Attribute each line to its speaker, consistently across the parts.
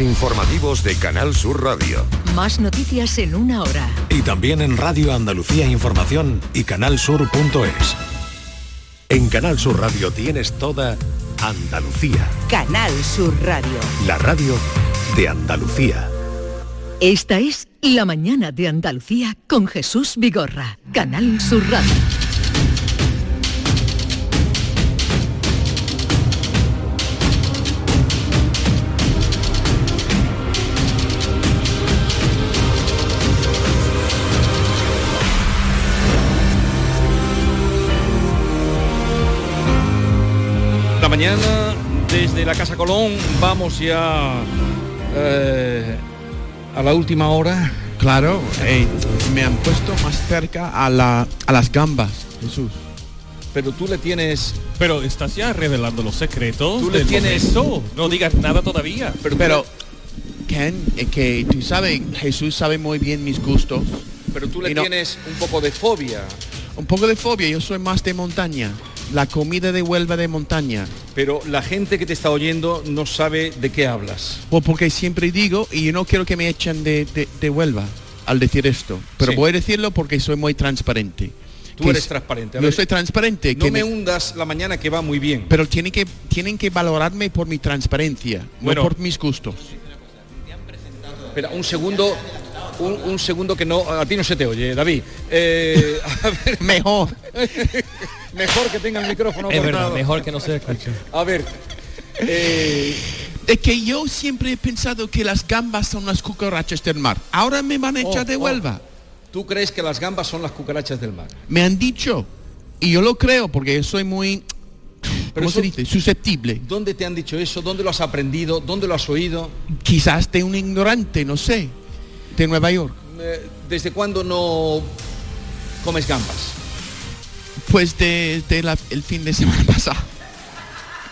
Speaker 1: informativos de Canal Sur Radio.
Speaker 2: Más noticias en una hora.
Speaker 3: Y también en Radio Andalucía Información y canalsur.es.
Speaker 4: En Canal Sur Radio tienes toda Andalucía.
Speaker 5: Canal Sur Radio.
Speaker 4: La radio de Andalucía.
Speaker 2: Esta es La mañana de Andalucía con Jesús Vigorra. Canal Sur Radio.
Speaker 6: mañana desde la Casa Colón vamos ya eh, a la última hora.
Speaker 7: Claro, eh, me han puesto más cerca a, la, a las gambas, Jesús.
Speaker 6: Pero tú le tienes...
Speaker 8: Pero estás ya revelando los secretos.
Speaker 6: Tú le tienes...
Speaker 8: eso. No digas nada todavía.
Speaker 7: Pero, pero Ken, es que tú sabes, Jesús sabe muy bien mis gustos.
Speaker 6: Pero tú
Speaker 7: Y
Speaker 6: le
Speaker 7: no-
Speaker 6: tienes un poco de fobia.
Speaker 7: Un poco de fobia, yo soy más de montaña. La comida de Huelva de montaña.
Speaker 6: Pero la gente que te está oyendo no sabe de qué hablas.
Speaker 7: Pues porque siempre digo, y yo no quiero que me echen de, de- de Huelva al decir esto. Pero
Speaker 6: Sí.
Speaker 7: voy a decirlo porque soy muy transparente.
Speaker 6: Tú
Speaker 7: Que
Speaker 6: eres
Speaker 7: es-
Speaker 6: transparente. A
Speaker 7: Yo
Speaker 6: ver,
Speaker 7: soy transparente.
Speaker 6: no
Speaker 7: que me-
Speaker 6: me hundas la mañana que va muy bien.
Speaker 7: Pero tienen que, tienen que valorarme por mi transparencia,
Speaker 6: Bueno.
Speaker 7: no por mis gustos.
Speaker 6: Espera, un segundo, un, un segundo que no, a ti no se te oye, David. Eh, a ver,
Speaker 7: Mejor.
Speaker 6: mejor que tenga el micrófono
Speaker 8: Es verdad,
Speaker 6: cortado.
Speaker 8: mejor que no se escuche.
Speaker 6: A ver, eh,
Speaker 7: Es que yo siempre he pensado que las gambas son las cucarachas del mar. Ahora me van a echar
Speaker 6: Oh,
Speaker 7: de
Speaker 6: oh.
Speaker 7: Huelva.
Speaker 6: ¿tú crees que las gambas son las cucarachas del mar?
Speaker 7: Me han dicho. Y yo lo creo porque yo soy muy,
Speaker 6: Pero
Speaker 7: ¿cómo se
Speaker 6: eso-
Speaker 7: dice? Susceptible.
Speaker 6: ¿Dónde te han dicho eso? ¿Dónde lo has aprendido? ¿Dónde lo has oído?
Speaker 7: Quizás de un ignorante, no sé. De Nueva York.
Speaker 6: Eh, ¿Desde cuándo no comes gambas?
Speaker 7: Pues de, de la- el fin de semana pasado.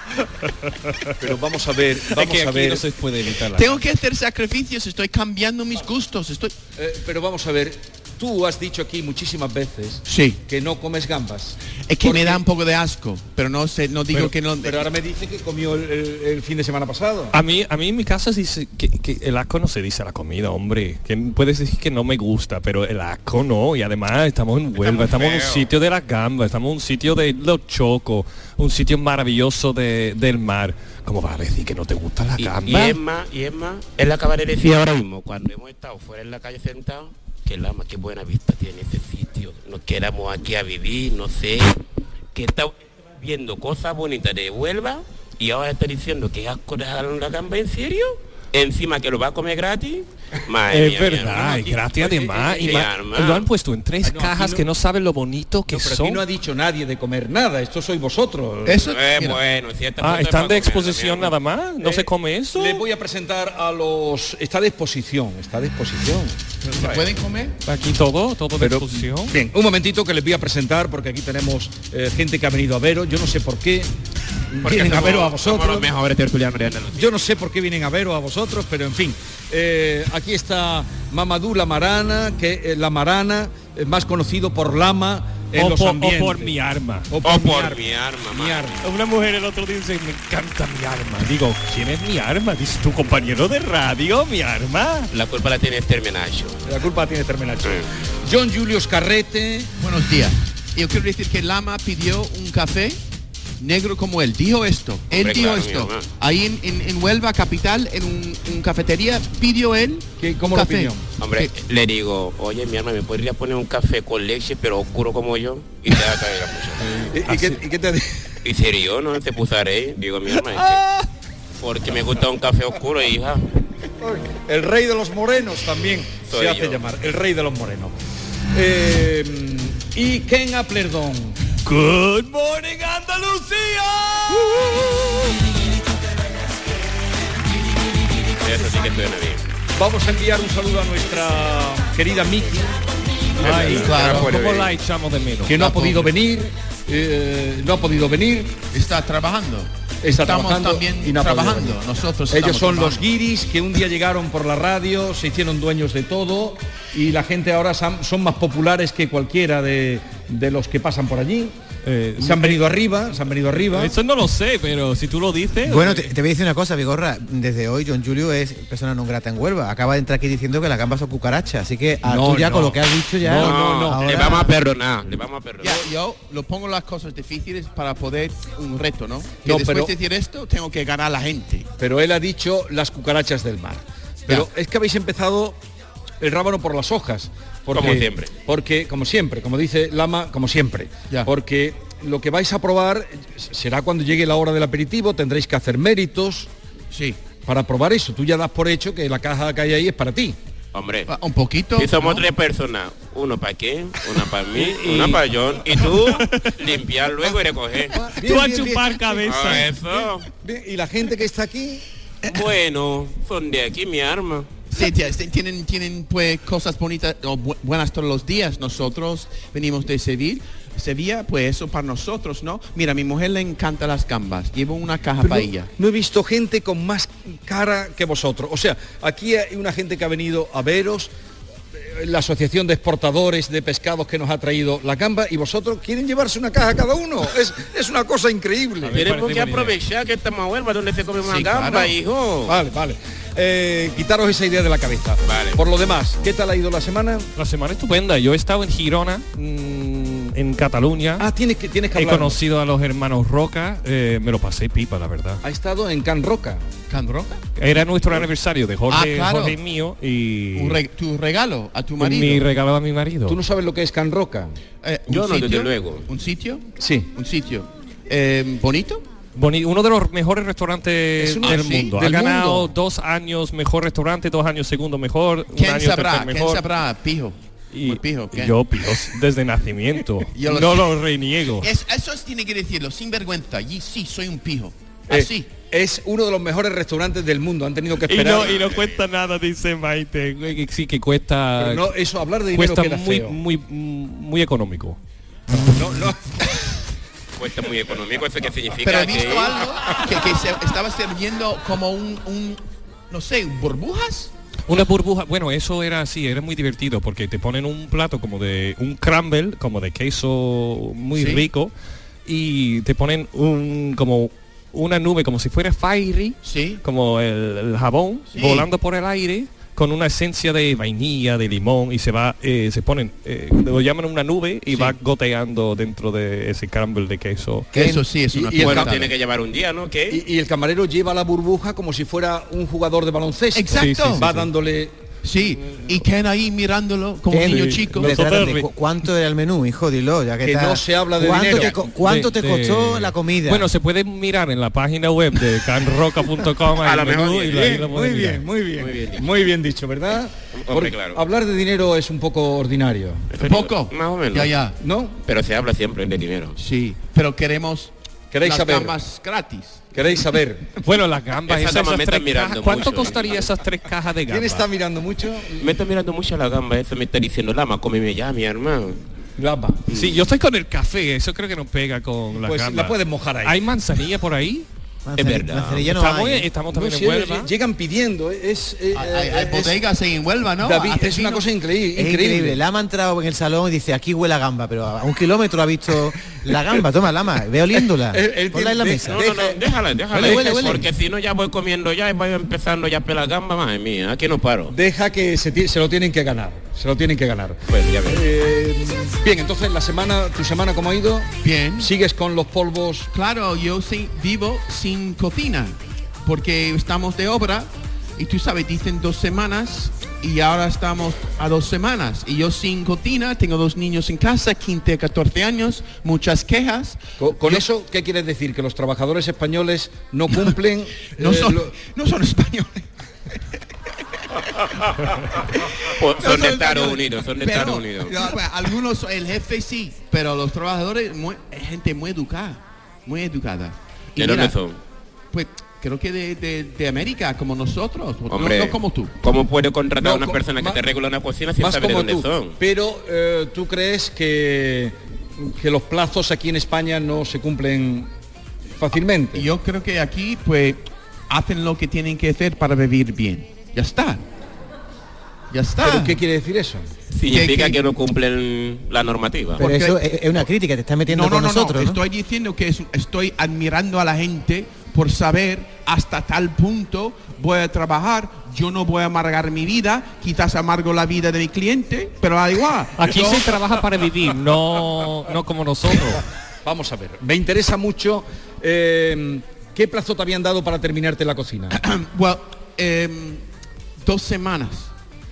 Speaker 8: Eh,
Speaker 6: Pero vamos a ver, vamos
Speaker 8: que
Speaker 6: a
Speaker 8: aquí
Speaker 6: ver.
Speaker 8: no se puede evitar la-
Speaker 7: Tengo que hacer sacrificios, estoy cambiando mis gustos. Estoy...
Speaker 6: eh, pero vamos a ver, tú has dicho aquí muchísimas veces
Speaker 7: Sí.
Speaker 6: que no comes gambas.
Speaker 7: Es que me
Speaker 6: Porque-
Speaker 7: da un poco de asco, pero no
Speaker 8: Eh,
Speaker 7: sé, no digo
Speaker 6: Pero,
Speaker 7: que no.
Speaker 6: pero ahora me dice que comió el, el- el fin de semana pasado.
Speaker 8: A mí, a mí en mi casa se dice que, que el asco no se dice a la comida, hombre. Que puedes decir que no me gusta, pero el asco no. Y además estamos en Huelva, estamos en un sitio de las gambas, estamos en un sitio de los chocos, un sitio maravilloso de- del mar. ¿Cómo vas a decir que no te gusta la
Speaker 9: Y, y
Speaker 8: gamba?
Speaker 9: es más, y es más, es la cabarerecía ahora mismo, cuando hemos estado fuera en la calle sentados, que la qué buena vista tiene este sitio, nos quedamos aquí a vivir, no sé, que está viendo cosas bonitas de Huelva y ahora está diciendo que asco dejaron la gamba en serio, encima que lo va a comer gratis, Madre
Speaker 8: Es
Speaker 9: mía, mi hermano,
Speaker 8: verdad, y
Speaker 9: aquí-
Speaker 8: gracias
Speaker 9: oye,
Speaker 8: además.
Speaker 9: oye,
Speaker 8: Y
Speaker 6: eh,
Speaker 9: mi
Speaker 8: ma-
Speaker 9: hermano.
Speaker 8: lo han puesto en tres
Speaker 6: Ay, Ah, no, aquí
Speaker 8: cajas
Speaker 6: no-
Speaker 8: que no saben lo bonito que
Speaker 6: No, pero aquí
Speaker 8: son.
Speaker 6: no ha dicho nadie de comer nada, esto sois vosotros.
Speaker 7: Eso,
Speaker 9: Eh,
Speaker 7: mira,
Speaker 9: bueno, si esta
Speaker 8: Ah,
Speaker 9: foto es para
Speaker 8: están de
Speaker 9: comer,
Speaker 8: exposición
Speaker 9: mi hermano.
Speaker 8: nada más, no
Speaker 6: Eh,
Speaker 8: se come eso.
Speaker 6: Les voy a presentar a los... Está de exposición, está de exposición.
Speaker 7: ¿se pueden comer?
Speaker 8: Aquí todo, todo de exposición.
Speaker 6: Bien, un momentito que les voy a presentar porque aquí tenemos eh, gente que ha venido a veros. Yo no sé por qué vienen a veros a vosotros.
Speaker 7: mejores tertulianos de Andalucía.
Speaker 6: Yo no sé por qué vienen a veros a vosotros, pero en fin. Eh, aquí está Mamadou La Marana, que eh, La Marana, eh, más conocido por Lama en
Speaker 8: O
Speaker 6: los
Speaker 8: por- o
Speaker 6: ambientes.
Speaker 8: por mi arma.
Speaker 6: O
Speaker 9: O
Speaker 6: mi
Speaker 9: por
Speaker 6: arma.
Speaker 9: mi arma,
Speaker 6: Mi
Speaker 9: madre.
Speaker 6: arma.
Speaker 8: Una mujer el otro día dice, me encanta mi arma. Digo, ¿quién es mi arma? Dice, tu compañero de radio, mi arma.
Speaker 9: La culpa la tiene Esther Menacho.
Speaker 6: La culpa tiene Termenacho. John Julius Carrete.
Speaker 7: Buenos días. Yo quiero decir que Lama pidió un café negro como él. Dijo esto. Él
Speaker 9: Hombre,
Speaker 7: dijo
Speaker 9: claro, mi
Speaker 7: esto.
Speaker 9: mamá.
Speaker 7: Ahí en, en- en Huelva, capital, en un, un cafetería, pidió él.
Speaker 6: ¿Qué- cómo lo
Speaker 7: café.
Speaker 6: pidió?
Speaker 9: Hombre,
Speaker 7: Que-
Speaker 9: le digo, oye, mi hermano, ¿me podría poner un café con leche, pero oscuro como yo? Y se va a caer la muchacha.
Speaker 6: Eh, ¿Y, y qué, y qué te
Speaker 9: Y serio, no se puso a reír. Digo, mi hermano,
Speaker 6: Ah.
Speaker 9: es que- porque me gusta un café oscuro, hija.
Speaker 6: El rey de los morenos también
Speaker 9: Soy
Speaker 6: se hace
Speaker 9: yo.
Speaker 6: llamar. El rey de los morenos. Eh, y Ken Applerdon.
Speaker 8: Good morning, Andalucía.
Speaker 9: Eso sí que suena bien.
Speaker 6: Vamos a enviar un saludo a nuestra querida Miki,
Speaker 8: Ay,
Speaker 7: claro.
Speaker 8: ¿Cómo la echamos de menos?
Speaker 6: que no ha
Speaker 7: La pobre.
Speaker 6: podido venir. eh, no ha podido venir.
Speaker 7: Está trabajando.
Speaker 6: Está
Speaker 7: Estamos
Speaker 6: trabajando y
Speaker 7: también
Speaker 6: no ha podido
Speaker 7: trabajando.
Speaker 6: venir.
Speaker 7: Nosotros
Speaker 6: Ellos
Speaker 7: estamos
Speaker 6: son los
Speaker 7: trabajando.
Speaker 6: guiris que un día llegaron por la radio, se hicieron dueños de todo y la gente ahora son son más populares que cualquiera de, de los que pasan por allí. se
Speaker 7: Eh,
Speaker 6: han venido arriba, se han venido arriba.
Speaker 8: Eh, Eso no lo sé, pero si tú lo dices...
Speaker 1: Bueno, te, te voy a decir una cosa, Vigorra. Desde hoy, John Julio es persona non grata en Huelva. Acaba de entrar aquí diciendo que las gambas son cucarachas. Así que a
Speaker 9: No,
Speaker 1: tú ya
Speaker 9: no.
Speaker 1: con lo que has dicho ya.
Speaker 9: Le
Speaker 1: ahora-
Speaker 9: vamos a perdonar, le vamos a perdonar.
Speaker 7: Ya, yo lo pongo las cosas difíciles para poder un reto, ¿no? Que
Speaker 6: No,
Speaker 7: después
Speaker 6: pero-
Speaker 7: de decir esto tengo que ganar a la gente.
Speaker 6: Pero él ha dicho las cucarachas del mar. Pero es que habéis empezado el rábano por las hojas. Porque,
Speaker 9: Como siempre.
Speaker 6: Porque, como siempre, como dice Lama, como siempre. Porque lo que vais a probar será cuando llegue la hora del aperitivo, tendréis que hacer méritos.
Speaker 7: Sí.
Speaker 6: Para probar eso. Tú ya das por hecho que la caja que hay ahí es para ti.
Speaker 9: Hombre.
Speaker 7: Ah, Un poquito.
Speaker 9: Y somos tres personas. Uno para quién, una para mí, una para John. Y tú limpiar luego y recoger.
Speaker 6: Tú a bien, chupar bien. cabeza.
Speaker 9: Ah, eso.
Speaker 6: Bien, Y la gente que está aquí.
Speaker 9: Bueno, son de aquí mi arma.
Speaker 7: Sí, tía, este, tienen, tienen pues cosas bonitas o bu- buenas todos los días. Nosotros venimos de Sevilla. Sevilla, pues eso para nosotros, ¿no? Mira, a mi mujer le encanta las gambas. Llevo una caja
Speaker 6: Pero
Speaker 7: para
Speaker 6: no-
Speaker 7: ella.
Speaker 6: No he visto gente con más cara que vosotros. O sea, aquí hay una gente que ha venido a veros, eh, la Asociación de Exportadores de Pescados que nos ha traído la gamba y vosotros quieren llevarse una caja cada uno. Es, es una cosa increíble.
Speaker 9: Tenemos que aprovechar que estamos a Huelva, donde se come una
Speaker 6: Sí,
Speaker 9: gamba,
Speaker 6: claro.
Speaker 9: hijo.
Speaker 6: Vale, vale. Eh, quitaros esa idea de la cabeza. Por lo demás, ¿qué tal ha ido la semana?
Speaker 8: La semana estupenda. Yo he estado en Girona, mm, en Cataluña.
Speaker 6: Ah, tienes que, tienes que
Speaker 8: He
Speaker 6: hablar.
Speaker 8: conocido a los hermanos Roca. eh, me lo pasé pipa, la verdad.
Speaker 6: Ha estado en Can Roca.
Speaker 7: ¿Can Roca?
Speaker 8: Era nuestro aniversario de Jorge,
Speaker 7: Ah, claro.
Speaker 8: Jorge y mío y
Speaker 7: Un reg- tu regalo a tu marido.
Speaker 8: mi regalo a mi marido.
Speaker 6: ¿Tú no sabes lo que es Can Roca?
Speaker 7: Eh,
Speaker 9: Yo
Speaker 7: un
Speaker 9: no, desde
Speaker 7: sitio-
Speaker 9: luego.
Speaker 7: ¿Un sitio?
Speaker 6: Sí.
Speaker 7: Un sitio. eh, ¿Bonito?
Speaker 8: Boni- uno de los mejores restaurantes
Speaker 7: Es uno-
Speaker 8: del
Speaker 7: Ah, sí,
Speaker 8: mundo.
Speaker 6: del
Speaker 8: ha ganado
Speaker 6: mundo.
Speaker 8: dos años mejor restaurante, dos años segundo mejor, un
Speaker 7: ¿Quién
Speaker 8: año
Speaker 7: sabrá?
Speaker 8: tercer
Speaker 7: ¿Quién
Speaker 8: mejor.
Speaker 7: sabrá? Pijo.
Speaker 8: Y
Speaker 7: Muy pijo. ¿qué?
Speaker 8: yo pijos desde nacimiento.
Speaker 7: Yo lo
Speaker 8: no
Speaker 7: sé.
Speaker 8: lo reniego.
Speaker 7: Es- eso es- tiene que decirlo, sin vergüenza. Y sí, soy un pijo.
Speaker 6: Eh,
Speaker 7: Así.
Speaker 6: Es uno de los mejores restaurantes del mundo. Han tenido que
Speaker 8: Y
Speaker 6: esperar.
Speaker 8: no, y no cuesta nada, dice Maite. Que Sí que cuesta.
Speaker 6: Pero no, eso, hablar de dinero
Speaker 8: cuesta
Speaker 6: queda
Speaker 8: muy,
Speaker 6: feo.
Speaker 8: muy, muy económico.
Speaker 6: No, no.
Speaker 9: Cuesta Pues muy económico, eso que significa
Speaker 7: Pero he
Speaker 9: que...
Speaker 7: visto algo que, que se estaba sirviendo como un, un, no sé, burbujas.
Speaker 8: Una burbuja, bueno, eso era así, era muy divertido porque te ponen un plato como de un crumble, como de queso muy
Speaker 7: Sí.
Speaker 8: rico y te ponen un como una nube como si fuera fiery,
Speaker 7: Sí.
Speaker 8: como el, el jabón
Speaker 7: Sí.
Speaker 8: volando por el aire con una esencia de vainilla, de limón y se va eh, se ponen eh, lo llaman una nube y
Speaker 7: Sí.
Speaker 8: va goteando dentro de ese crumble de queso.
Speaker 7: Eso sí es
Speaker 6: Y-
Speaker 7: una
Speaker 6: y el
Speaker 9: Bueno,
Speaker 7: puerta.
Speaker 9: tiene que llevar un día, ¿no? ¿Qué?
Speaker 6: Y, y el camarero lleva la burbuja como si fuera un jugador de baloncesto.
Speaker 7: Exacto. Sí, sí, sí,
Speaker 6: Va
Speaker 7: sí.
Speaker 6: dándole.
Speaker 7: Sí, y Ken ahí mirándolo como un
Speaker 1: Ken,
Speaker 7: niño
Speaker 8: sí,
Speaker 7: chico.
Speaker 1: de
Speaker 8: Nosotros
Speaker 1: tarde,
Speaker 8: re-
Speaker 1: cu- ¿Cuánto era el menú, hijo? Dilo, ya que,
Speaker 6: Que
Speaker 1: está-
Speaker 6: no se habla de
Speaker 1: ¿Cuánto
Speaker 6: dinero.
Speaker 1: Te, co- ¿Cuánto
Speaker 8: De-
Speaker 1: te
Speaker 8: de-
Speaker 1: costó la comida?
Speaker 8: Bueno, se puede mirar en la página web de canroca.com
Speaker 9: A
Speaker 8: el
Speaker 9: lo mejor
Speaker 8: menú,
Speaker 9: bien,
Speaker 8: y ahí lo
Speaker 6: muy
Speaker 8: puedes mirar.
Speaker 6: bien, muy bien, muy bien.
Speaker 9: bien.
Speaker 6: dicho, ¿verdad?
Speaker 9: Hombre, claro.
Speaker 6: Hablar de dinero es un poco ordinario,
Speaker 7: Poco.
Speaker 9: Más o menos.
Speaker 7: Ya, ya.
Speaker 6: ¿no?
Speaker 9: Pero se habla siempre de dinero.
Speaker 7: Sí, pero queremos
Speaker 6: Queréis
Speaker 7: las
Speaker 6: saber.
Speaker 7: gambas gratis.
Speaker 6: Queréis saber.
Speaker 8: Bueno, las gambas,
Speaker 9: Esa
Speaker 8: esas,
Speaker 9: dama
Speaker 8: esas
Speaker 9: me está
Speaker 8: tres
Speaker 9: mirando
Speaker 8: cajas. ¿Cuánto
Speaker 9: mucho.
Speaker 8: costaría esas tres cajas de gambas?
Speaker 6: ¿Quién está mirando mucho?
Speaker 9: Me está mirando mucho la gamba, eso me está diciendo, Lama, cómeme ya, mi hermano.
Speaker 6: Lama.
Speaker 8: Sí, yo estoy con el café, eso creo que nos pega con la
Speaker 6: Pues
Speaker 8: gamba.
Speaker 6: la puedes mojar ahí.
Speaker 8: ¿Hay manzanilla por ahí?
Speaker 1: Manzani-
Speaker 9: es verdad.
Speaker 1: manzanilla no
Speaker 8: estamos,
Speaker 1: hay, ¿eh?
Speaker 8: estamos
Speaker 6: No,
Speaker 8: también
Speaker 6: sí,
Speaker 8: en Huelva.
Speaker 6: Llegan pidiendo. eh, Es, eh,
Speaker 7: Hay, hay- hay
Speaker 6: eh, es-
Speaker 7: bodegas ahí en Huelva, ¿no?
Speaker 6: David,
Speaker 7: Hace
Speaker 6: es una
Speaker 7: vino.
Speaker 6: cosa increíble.
Speaker 1: Es increíble.
Speaker 6: increíble.
Speaker 1: Lama ha entrado en el salón y dice, aquí huele a gamba, pero a un kilómetro ha visto la gamba. Toma, Lama, ve oliéndola.
Speaker 9: Eh,
Speaker 6: Él- él
Speaker 1: Ponla en la
Speaker 6: tiene-
Speaker 1: mesa.
Speaker 9: No, no, no, déjala, déjala.
Speaker 1: Huele, huele, huele.
Speaker 9: Porque si no ya voy comiendo ya y voy empezando ya por la gamba, madre mía, aquí no paro.
Speaker 6: Deja que se, ti- se lo tienen que ganar. Se lo tienen que ganar.
Speaker 9: Bueno, Pues, ya veré.
Speaker 6: Eh, bien, entonces la semana, tu semana cómo ha ido?
Speaker 7: Bien.
Speaker 6: ¿Sigues con los polvos
Speaker 7: Claro, yo sí vivo sin cocina porque estamos de obra y tú sabes, dicen dos semanas y ahora estamos a dos semanas y yo sin cocina, tengo dos niños en casa, 15 y 14 años, muchas quejas.
Speaker 6: Co- Con, eso, ¿qué quieres decir? ¿Que los trabajadores españoles no cumplen?
Speaker 7: No
Speaker 6: eh,
Speaker 7: son,
Speaker 6: lo-
Speaker 7: no son españoles.
Speaker 9: Pues
Speaker 7: No
Speaker 9: son de
Speaker 7: españoles.
Speaker 9: Estados Unidos, son de
Speaker 7: Pero,
Speaker 9: Estados Unidos.
Speaker 7: no, bueno, algunos, el jefe sí, pero los trabajadores, muy- es gente muy educada, muy educada. Y
Speaker 9: ¿De dónde
Speaker 7: mira,
Speaker 9: son?
Speaker 7: Pues creo que de, de- de América, como nosotros, no-
Speaker 9: Hombre,
Speaker 7: no, como tú.
Speaker 9: ¿Cómo puede contratar
Speaker 6: No,
Speaker 9: a una
Speaker 6: co-
Speaker 9: persona que
Speaker 6: más-
Speaker 9: te regula una cocina si
Speaker 6: más
Speaker 9: sabe de
Speaker 6: como
Speaker 9: dónde
Speaker 6: tú.
Speaker 9: son?
Speaker 6: Pero eh, tú crees que, que los plazos aquí en España no se cumplen fácilmente.
Speaker 7: Y yo creo que aquí, pues, hacen lo que tienen que hacer para vivir bien. Ya está. Ya está.
Speaker 6: ¿Pero qué quiere decir eso?
Speaker 9: Significa
Speaker 7: que-
Speaker 9: que no cumplen la normativa.
Speaker 1: Pero
Speaker 7: Porque-
Speaker 1: eso es, es una crítica, te estás metiendo con nosotros. ¿no?
Speaker 7: Estoy diciendo que es- estoy admirando a la gente por saber hasta tal punto voy a trabajar, yo no voy a amargar mi vida, quizás amargo la vida de mi cliente, pero da igual.
Speaker 8: Aquí
Speaker 7: Yo-
Speaker 8: se trabaja para vivir, no, no como nosotros.
Speaker 6: Vamos a ver, me interesa mucho eh, qué plazo te habían dado para terminarte la cocina.
Speaker 7: Well, em, dos semanas.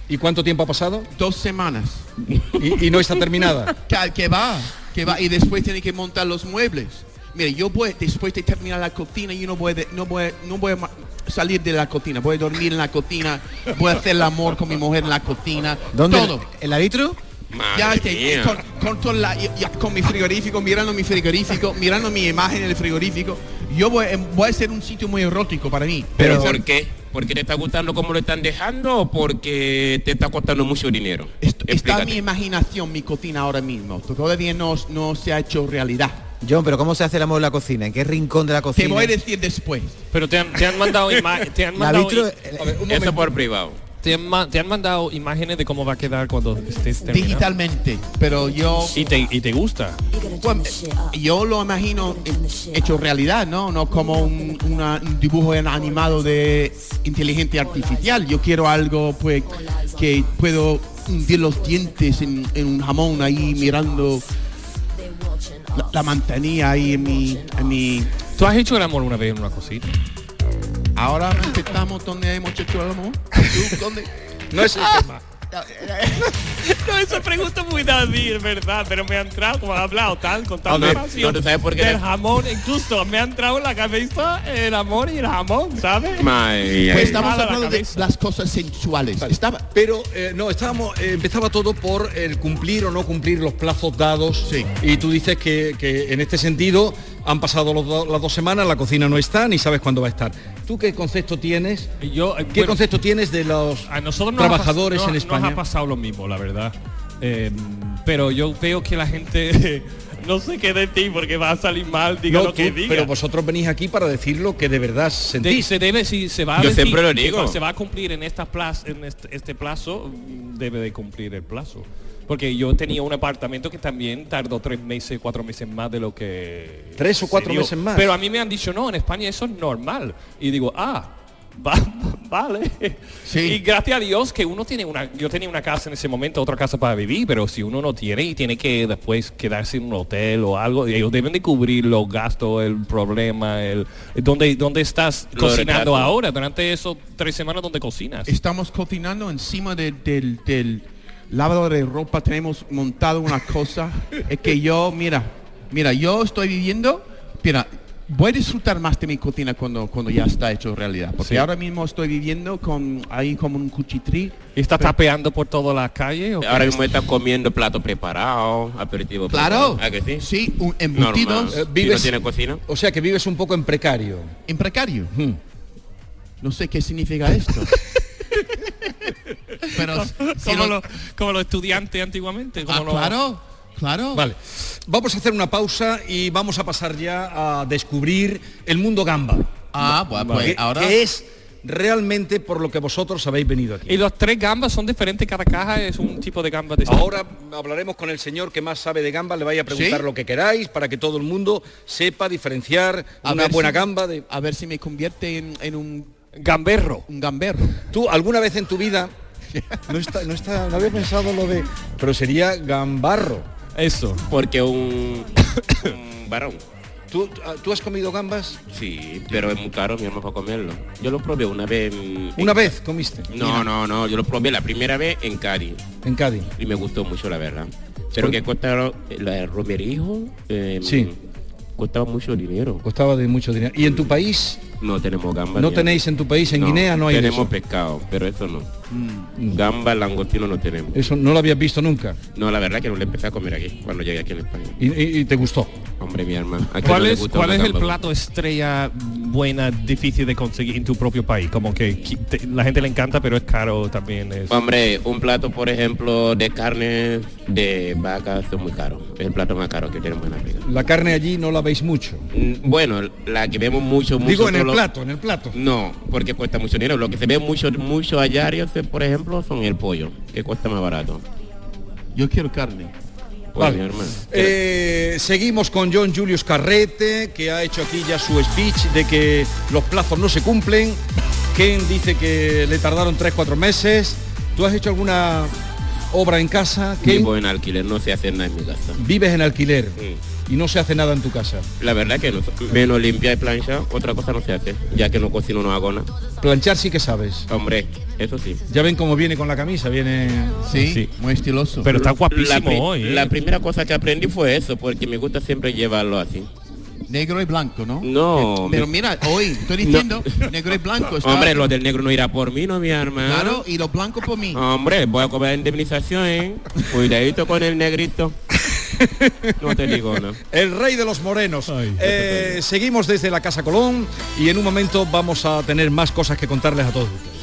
Speaker 6: ¿Y cuánto tiempo ha pasado?
Speaker 7: Dos semanas.
Speaker 6: Y, y no está terminada.
Speaker 7: Que, que va, que va. Y después tiene que montar los muebles. Mire, yo voy, después de terminar la cocina, yo no voy, de- no voy, no voy a ma- salir de la cocina. Voy a dormir en la cocina, voy a hacer el amor con mi mujer en la cocina.
Speaker 1: ¿Dónde?
Speaker 7: Todo.
Speaker 1: ¿El árbitro?
Speaker 9: Madre
Speaker 7: Ya, que-
Speaker 9: mía.
Speaker 7: con, con toda la- ya- ya con mi frigorífico, mirando mi frigorífico, mirando mi imagen en el frigorífico. Yo voy, em, voy a ser un sitio muy erótico para mí.
Speaker 9: ¿Pero por qué? ¿Porque te está gustando cómo lo están dejando o porque te está costando mucho dinero?
Speaker 7: Est- está
Speaker 9: Explícate.
Speaker 7: mi imaginación, mi cocina ahora mismo. Todavía no, no se ha hecho realidad.
Speaker 1: John, pero ¿cómo se hace el amor en la cocina? ¿En qué rincón de la
Speaker 7: Te
Speaker 1: cocina?
Speaker 7: voy a decir después.
Speaker 8: Pero te han, te han mandado ima- te han
Speaker 1: El
Speaker 8: mandado
Speaker 1: árbitro,
Speaker 8: i-
Speaker 1: el-
Speaker 6: A ver,
Speaker 9: Eso
Speaker 6: un momento.
Speaker 9: por privado.
Speaker 8: te han ma- te han mandado imágenes de cómo va a quedar cuando estés terminado.
Speaker 7: Digitalmente. Pero yo,
Speaker 8: Y te, y te gusta.
Speaker 7: bueno, yo lo imagino he- hecho realidad, ¿no? No como un, una- un dibujo en- animado de inteligencia artificial. Yo quiero algo pues que puedo hundir los dientes en, en un jamón ahí mirando la, la manzanilla ahí en mi, en mi
Speaker 8: ¿Tú has hecho el amor una vez en una cosita?
Speaker 7: Ahora estamos donde hemos hecho el amor. ¿Tú dónde?
Speaker 6: No es el tema.
Speaker 8: No, esa pregunta Ah. es muy David, es verdad, pero me ha entrado, como ha hablado tal, con
Speaker 9: Hombre, no, ¿tú sabes por qué
Speaker 8: del
Speaker 9: te-
Speaker 8: jamón, incluso me ha entrado en la cabeza el amor y el jamón, ¿sabes?
Speaker 9: Madre
Speaker 7: Pues
Speaker 9: mía.
Speaker 7: estamos
Speaker 8: Mala la
Speaker 7: hablando de
Speaker 8: cabeza.
Speaker 7: las cosas sensuales. Estaba,
Speaker 6: Pero eh, no, estábamos, eh, empezaba todo por el cumplir o no cumplir los plazos dados.
Speaker 7: Sí.
Speaker 6: Y tú dices que, que en este sentido han pasado los do- las dos semanas, la cocina no está, ni sabes cuándo va a estar. ¿Tú qué concepto tienes?
Speaker 8: Yo, eh,
Speaker 6: ¿Qué
Speaker 8: bueno,
Speaker 6: concepto tienes de los
Speaker 8: a nosotros nos ha pas-
Speaker 6: trabajadores
Speaker 8: nos-
Speaker 6: en España?
Speaker 8: Nos ha pasado lo mismo, la verdad. Eh, pero yo veo que la gente no sé qué de ti porque va a salir mal, diga
Speaker 6: No,
Speaker 8: lo que
Speaker 6: tú,
Speaker 8: diga.
Speaker 6: pero vosotros venís aquí para decir lo que de verdad
Speaker 8: De-
Speaker 6: sentís.
Speaker 8: se debe si se va a
Speaker 9: Yo
Speaker 8: decir
Speaker 9: siempre lo
Speaker 8: que
Speaker 9: digo.
Speaker 8: se va a cumplir en esta plaza en este, este plazo mm, debe de cumplir el plazo porque yo tenía un apartamento que también tardó tres meses cuatro meses más de lo que
Speaker 6: Tres o
Speaker 8: se
Speaker 6: cuatro
Speaker 8: dio.
Speaker 6: meses más.
Speaker 8: pero a mí me han dicho no en España eso es normal y digo ah va- vale
Speaker 7: Sí.
Speaker 8: y gracias a Dios que uno tiene una yo tenía una casa en ese momento otra casa para vivir pero si uno no tiene y tiene que después quedarse en un hotel o algo y ellos deben de cubrir los gastos el problema el dónde dónde estás
Speaker 9: Lo del
Speaker 8: cocinando
Speaker 9: gato.
Speaker 8: ahora durante esos tres semanas donde cocinas.
Speaker 7: estamos cocinando encima de- del, del lavador de ropa. Tenemos montado una cosa. es que yo, mira, mira, yo estoy viviendo. Mira, voy a disfrutar más de mi cocina cuando, cuando ya está hecho realidad. Porque
Speaker 8: Sí.
Speaker 7: ahora mismo estoy viviendo con ahí como un cuchitrí.
Speaker 8: ¿Y estás tapeando por todas las calles? o qué?
Speaker 9: Ahora mismo estás comiendo plato preparado, aperitivo
Speaker 7: Claro.
Speaker 9: preparado. ¿A que sí?
Speaker 7: Sí, un
Speaker 9: Normal.
Speaker 7: embutidos
Speaker 6: Eh,
Speaker 9: Si no
Speaker 6: vives-
Speaker 9: tiene cocina.
Speaker 6: O sea que vives un poco en precario.
Speaker 7: en precario.
Speaker 6: Hmm.
Speaker 7: No sé qué significa esto. Pero si
Speaker 8: Como,
Speaker 7: no-
Speaker 8: los, como los estudiantes antiguamente. Como
Speaker 7: Ah,
Speaker 8: los-
Speaker 7: claro, claro.
Speaker 6: Vale, vamos a hacer una pausa y vamos a pasar ya a descubrir el mundo gamba,
Speaker 7: Ah, pues, pues
Speaker 6: que,
Speaker 7: ahora
Speaker 6: que es realmente por lo que vosotros habéis venido aquí.
Speaker 8: Y los tres gambas son diferentes, cada caja es un tipo de gamba de
Speaker 6: Ahora hablaremos con el señor que más sabe de gamba, le vaya a preguntar
Speaker 7: ¿Sí?
Speaker 6: lo que queráis para que todo el mundo sepa diferenciar
Speaker 7: a
Speaker 6: una
Speaker 7: ver
Speaker 6: buena
Speaker 7: si-
Speaker 6: gamba de...
Speaker 7: A ver si me convierte en, en un,
Speaker 8: gamberro.
Speaker 7: un gamberro.
Speaker 6: Tú alguna vez en tu vida... No, está, no, está, no había pensado lo de... Pero sería gambarro.
Speaker 8: Eso.
Speaker 9: Porque un, un varón.
Speaker 6: ¿Tú,
Speaker 7: ah,
Speaker 6: tú has comido gambas?
Speaker 9: Sí, pero es muy caro, mi hermano, para comerlo. Yo lo probé una vez en...
Speaker 6: Una vez comiste.
Speaker 9: No, no, no, yo lo probé la primera vez en Cádiz
Speaker 6: En Cádiz.
Speaker 9: y me gustó mucho, la verdad.
Speaker 7: Pues
Speaker 9: Pero que costaron, la romerijo, eh,
Speaker 6: Sí.
Speaker 9: costaba mucho dinero.
Speaker 6: Costaba de mucho dinero. ¿Y en tu país?
Speaker 9: No tenemos gamba.
Speaker 6: ¿No
Speaker 9: ni-
Speaker 6: tenéis en tu país? ¿En Guinea no hay de
Speaker 9: Tenemos
Speaker 6: eso? Mm.
Speaker 9: pescado, pero eso no. Gamba, langostino no tenemos.
Speaker 6: Eso no lo habías visto nunca.
Speaker 9: No, la verdad que no le empecé a comer aquí, cuando llegué aquí en España.
Speaker 6: Y, y- y te gustó.
Speaker 9: Hombre, mi hermano. ¿a quién no
Speaker 8: ¿Cuál
Speaker 9: le
Speaker 8: es,
Speaker 9: gusta
Speaker 8: cuál
Speaker 9: una
Speaker 8: es el
Speaker 9: gamba?
Speaker 8: plato estrella buena difícil de conseguir en tu propio país? Como que qui- te- la gente le encanta, pero es caro también. es-
Speaker 9: Hombre, un plato, por ejemplo, de carne de vaca es muy caro. Es el plato más caro que tenemos en África.
Speaker 6: La carne allí no la veis mucho.
Speaker 9: Mm, Bueno, la que vemos mucho, mucho...
Speaker 6: Digo en el
Speaker 9: solo-
Speaker 6: plato, en el plato.
Speaker 9: No, porque cuesta mucho dinero. Lo que se ve mucho, mucho allá, yo sé, por ejemplo, son el pollo, que cuesta más barato.
Speaker 7: Yo quiero carne.
Speaker 9: Pues,
Speaker 6: Vale.
Speaker 9: mi hermano,
Speaker 6: Eh, seguimos con John Julius Carrete, que ha hecho aquí ya su speech de que los plazos no se cumplen. Ken dice que le tardaron 3-4 meses. ¿Tú has hecho alguna obra en casa? Ken?
Speaker 9: vivo en alquiler, no sé hacer nada en mi casa.
Speaker 6: Vives en alquiler
Speaker 9: Sí.
Speaker 8: Mm.
Speaker 6: y no se hace nada en tu casa.
Speaker 9: La verdad que no, menos limpiar y planchar, otra cosa no se hace, ya que no cocino, no hago nada.
Speaker 6: Planchar sí que sabes.
Speaker 9: Hombre, eso sí.
Speaker 6: Ya ven cómo viene con la camisa, viene...
Speaker 7: Sí,
Speaker 8: Sí.
Speaker 7: muy estiloso.
Speaker 8: pero está
Speaker 9: La,
Speaker 8: guapísimo
Speaker 9: pri-
Speaker 8: hoy. ¿eh?
Speaker 9: la primera cosa que aprendí fue eso, porque me gusta siempre llevarlo así.
Speaker 7: negro y blanco, ¿no? Eh,
Speaker 9: No,
Speaker 7: Pero
Speaker 9: mi-
Speaker 7: mira, hoy estoy diciendo negro y blanco. está-
Speaker 9: hombre, lo del negro no irá por mí, no, mi hermano.
Speaker 7: claro y los blancos por mí.
Speaker 9: Hombre, voy a cobrar indemnización, ¿eh? Cuidadito con el negrito. No te digo, ¿no?
Speaker 6: El rey de los morenos. Eh, seguimos desde la Casa Colón y en un momento vamos a tener más cosas que contarles a todos ustedes.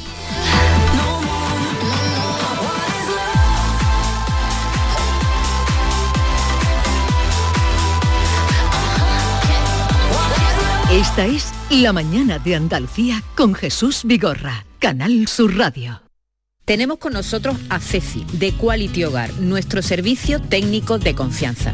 Speaker 2: Esta es La mañana de Andalucía con Jesús Vigorra, Canal Sur Radio.
Speaker 5: Tenemos con nosotros a Ceci, de Quality Hogar, nuestro servicio técnico de confianza.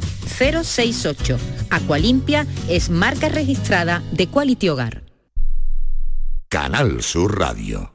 Speaker 5: 937-078-068. Aqualimpia es marca registrada de Quality Hogar.
Speaker 10: Canal Sur Radio.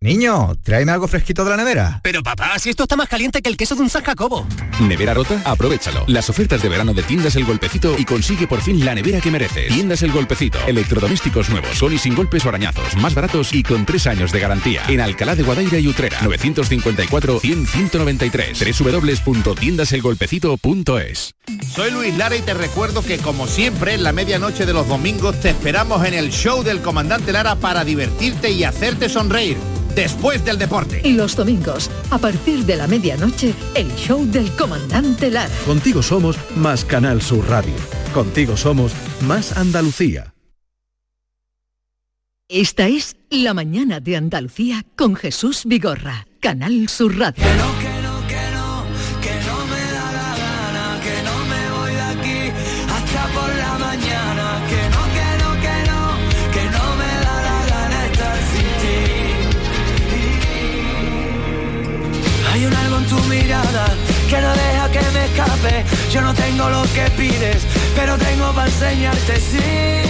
Speaker 11: Niño, tráeme algo fresquito de la nevera.
Speaker 12: Pero papá, si esto está más caliente que el queso de un San Jacobo.
Speaker 13: ¿Nevera rota? Aprovechalo. Las ofertas de verano de Tiendas El Golpecito y consigue por fin la nevera que mereces. Tiendas El Golpecito. Electrodomésticos nuevos, con y sin golpes o arañazos, más baratos y con tres años de garantía. En Alcalá de Guadaira y Utrera. 954-100-193. www.tiendaselgolpecito.es
Speaker 14: Soy Luis Lara y te recuerdo que como siempre en la medianoche de los domingos te esperamos en el show del comandante Lara para divertirte y hacerte sonreír después del deporte.
Speaker 2: Los domingos, a partir de la medianoche, el show del comandante Lara.
Speaker 15: Contigo somos más Canal Sur Radio. Contigo somos más Andalucía.
Speaker 2: Esta es La mañana de Andalucía con Jesús Vigorra, Canal Sur Radio.
Speaker 16: que no me voy de aquí hasta por la mañana, que no, que no, que no, que no me da la gana estar sin ti. Hay un algo en tu mirada que no deja que me escape, yo no tengo lo que pides, pero tengo para enseñarte, sí,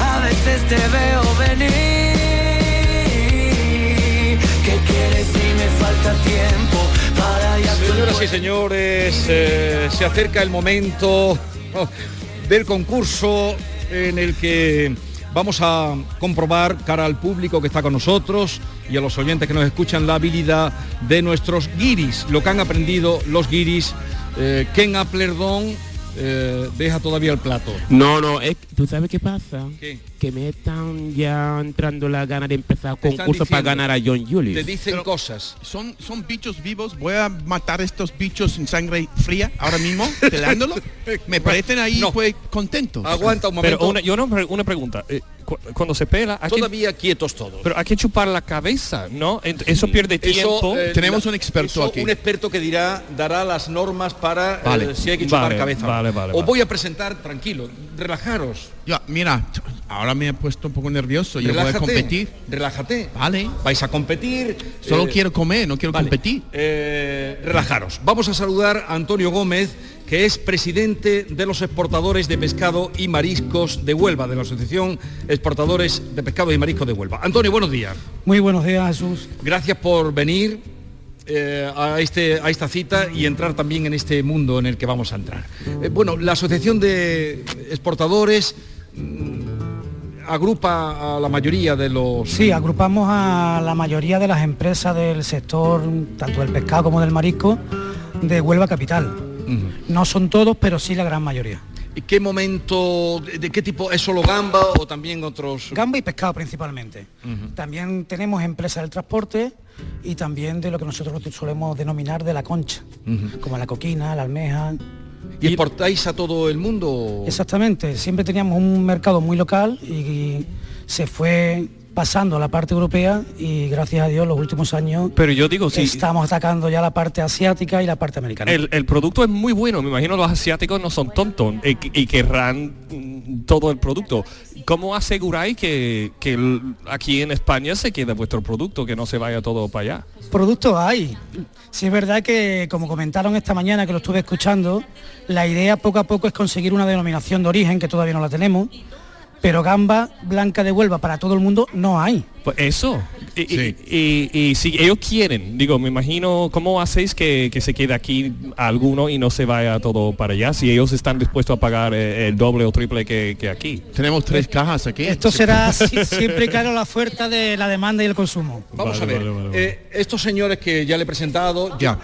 Speaker 16: a veces te veo venir, ¿qué quieres si me falta tiempo? Para ir a tu
Speaker 6: Señoras y señores, eh, se acerca el momento oh, del concurso en el que vamos a comprobar cara al público que está con nosotros y a los oyentes que nos escuchan la habilidad de nuestros guiris, lo que han aprendido los guiris. Eh, Ken Aplerdón eh, deja todavía el plato.
Speaker 9: No, no, es- ¿tú sabes qué pasa?
Speaker 6: ¿Qué?
Speaker 9: Que me están ya entrando la gana de empezar
Speaker 6: Te están
Speaker 9: concursos para
Speaker 6: diciendo-
Speaker 9: ganar a John Julius.
Speaker 6: Te dicen cosas.
Speaker 7: Son, son bichos vivos. Voy a matar estos bichos en sangre fría ahora mismo, pelándolo. Me parecen ahí pues contentos.
Speaker 8: Pero una, yo no- una pregunta. eh, cu- cuando se pela, hay que,
Speaker 6: Todavía quietos todos.
Speaker 8: pero hay que chupar la cabeza, ¿no? Ent- Eso pierde tiempo.
Speaker 6: la- eh, eso, Un experto que dirá, dará las normas para eh,
Speaker 8: Vale,
Speaker 6: si hay que chupar
Speaker 8: vale,
Speaker 6: cabeza.
Speaker 8: vale, vale,
Speaker 6: Os
Speaker 8: vale.
Speaker 6: voy a presentar, tranquilo, relajaros.
Speaker 7: Ya, mira, ahora me he puesto un poco nervioso. Yo
Speaker 6: relájate,
Speaker 7: voy a competir.
Speaker 6: Relájate.
Speaker 7: Vale.
Speaker 6: Vais a competir.
Speaker 7: Solo
Speaker 6: eh,
Speaker 7: quiero comer, no quiero
Speaker 6: vale.
Speaker 7: competir.
Speaker 6: Eh, relajaros. Vamos a saludar a Antonio Gómez, que es presidente de los exportadores de pescado y mariscos de Huelva, de la Asociación Exportadores de Pescado y Mariscos de Huelva. Antonio, buenos días.
Speaker 17: Muy buenos días, Jesús.
Speaker 6: Gracias por venir eh, a, este, a esta cita y entrar también en este mundo en el que vamos a entrar. Eh, bueno, la Asociación de Exportadores mm, agrupa a la mayoría de los...
Speaker 17: Sí, agrupamos a la mayoría de las empresas del sector, tanto del pescado como del marisco, de Huelva Capital.
Speaker 6: Ujú.
Speaker 17: No son todos, pero sí la gran mayoría.
Speaker 6: ¿Y ¿Qué momento, de de qué tipo, es solo gamba o también otros?
Speaker 17: Gamba y pescado principalmente. También tenemos empresas del transporte y también de lo que nosotros solemos denominar de la concha, como la coquina, la almeja.
Speaker 6: ¿Y exportáis a todo el mundo?
Speaker 17: Exactamente, siempre teníamos un mercado muy local y se fue pasando a la parte europea y gracias a Dios los últimos años
Speaker 8: Pero yo digo, sí.
Speaker 17: estamos atacando ya la parte asiática y la parte americana.
Speaker 8: El, el producto es muy bueno, me imagino los asiáticos no son tontos y, y querrán mm, todo el producto. ¿Cómo aseguráis que, que el- aquí en España se quede vuestro producto, que no se vaya todo para allá?
Speaker 17: Productos hay. Sí es verdad que, como comentaron esta mañana que lo estuve escuchando, la idea poco a poco es conseguir una denominación de origen, que todavía no la tenemos, pero gamba blanca de Huelva para todo el mundo no hay.
Speaker 8: Pues eso. Y, y- y- y si ellos quieren, digo, me imagino, ¿cómo hacéis que, que se quede aquí alguno y no se vaya todo para allá? Si ellos están dispuestos a pagar eh, el doble o triple que, que aquí.
Speaker 7: Tenemos tres cajas aquí.
Speaker 17: Eh, Esto será si- siempre claro la oferta de la demanda y el consumo.
Speaker 6: Vamos a ver, eh, estos señores que ya le he presentado...
Speaker 7: Ya.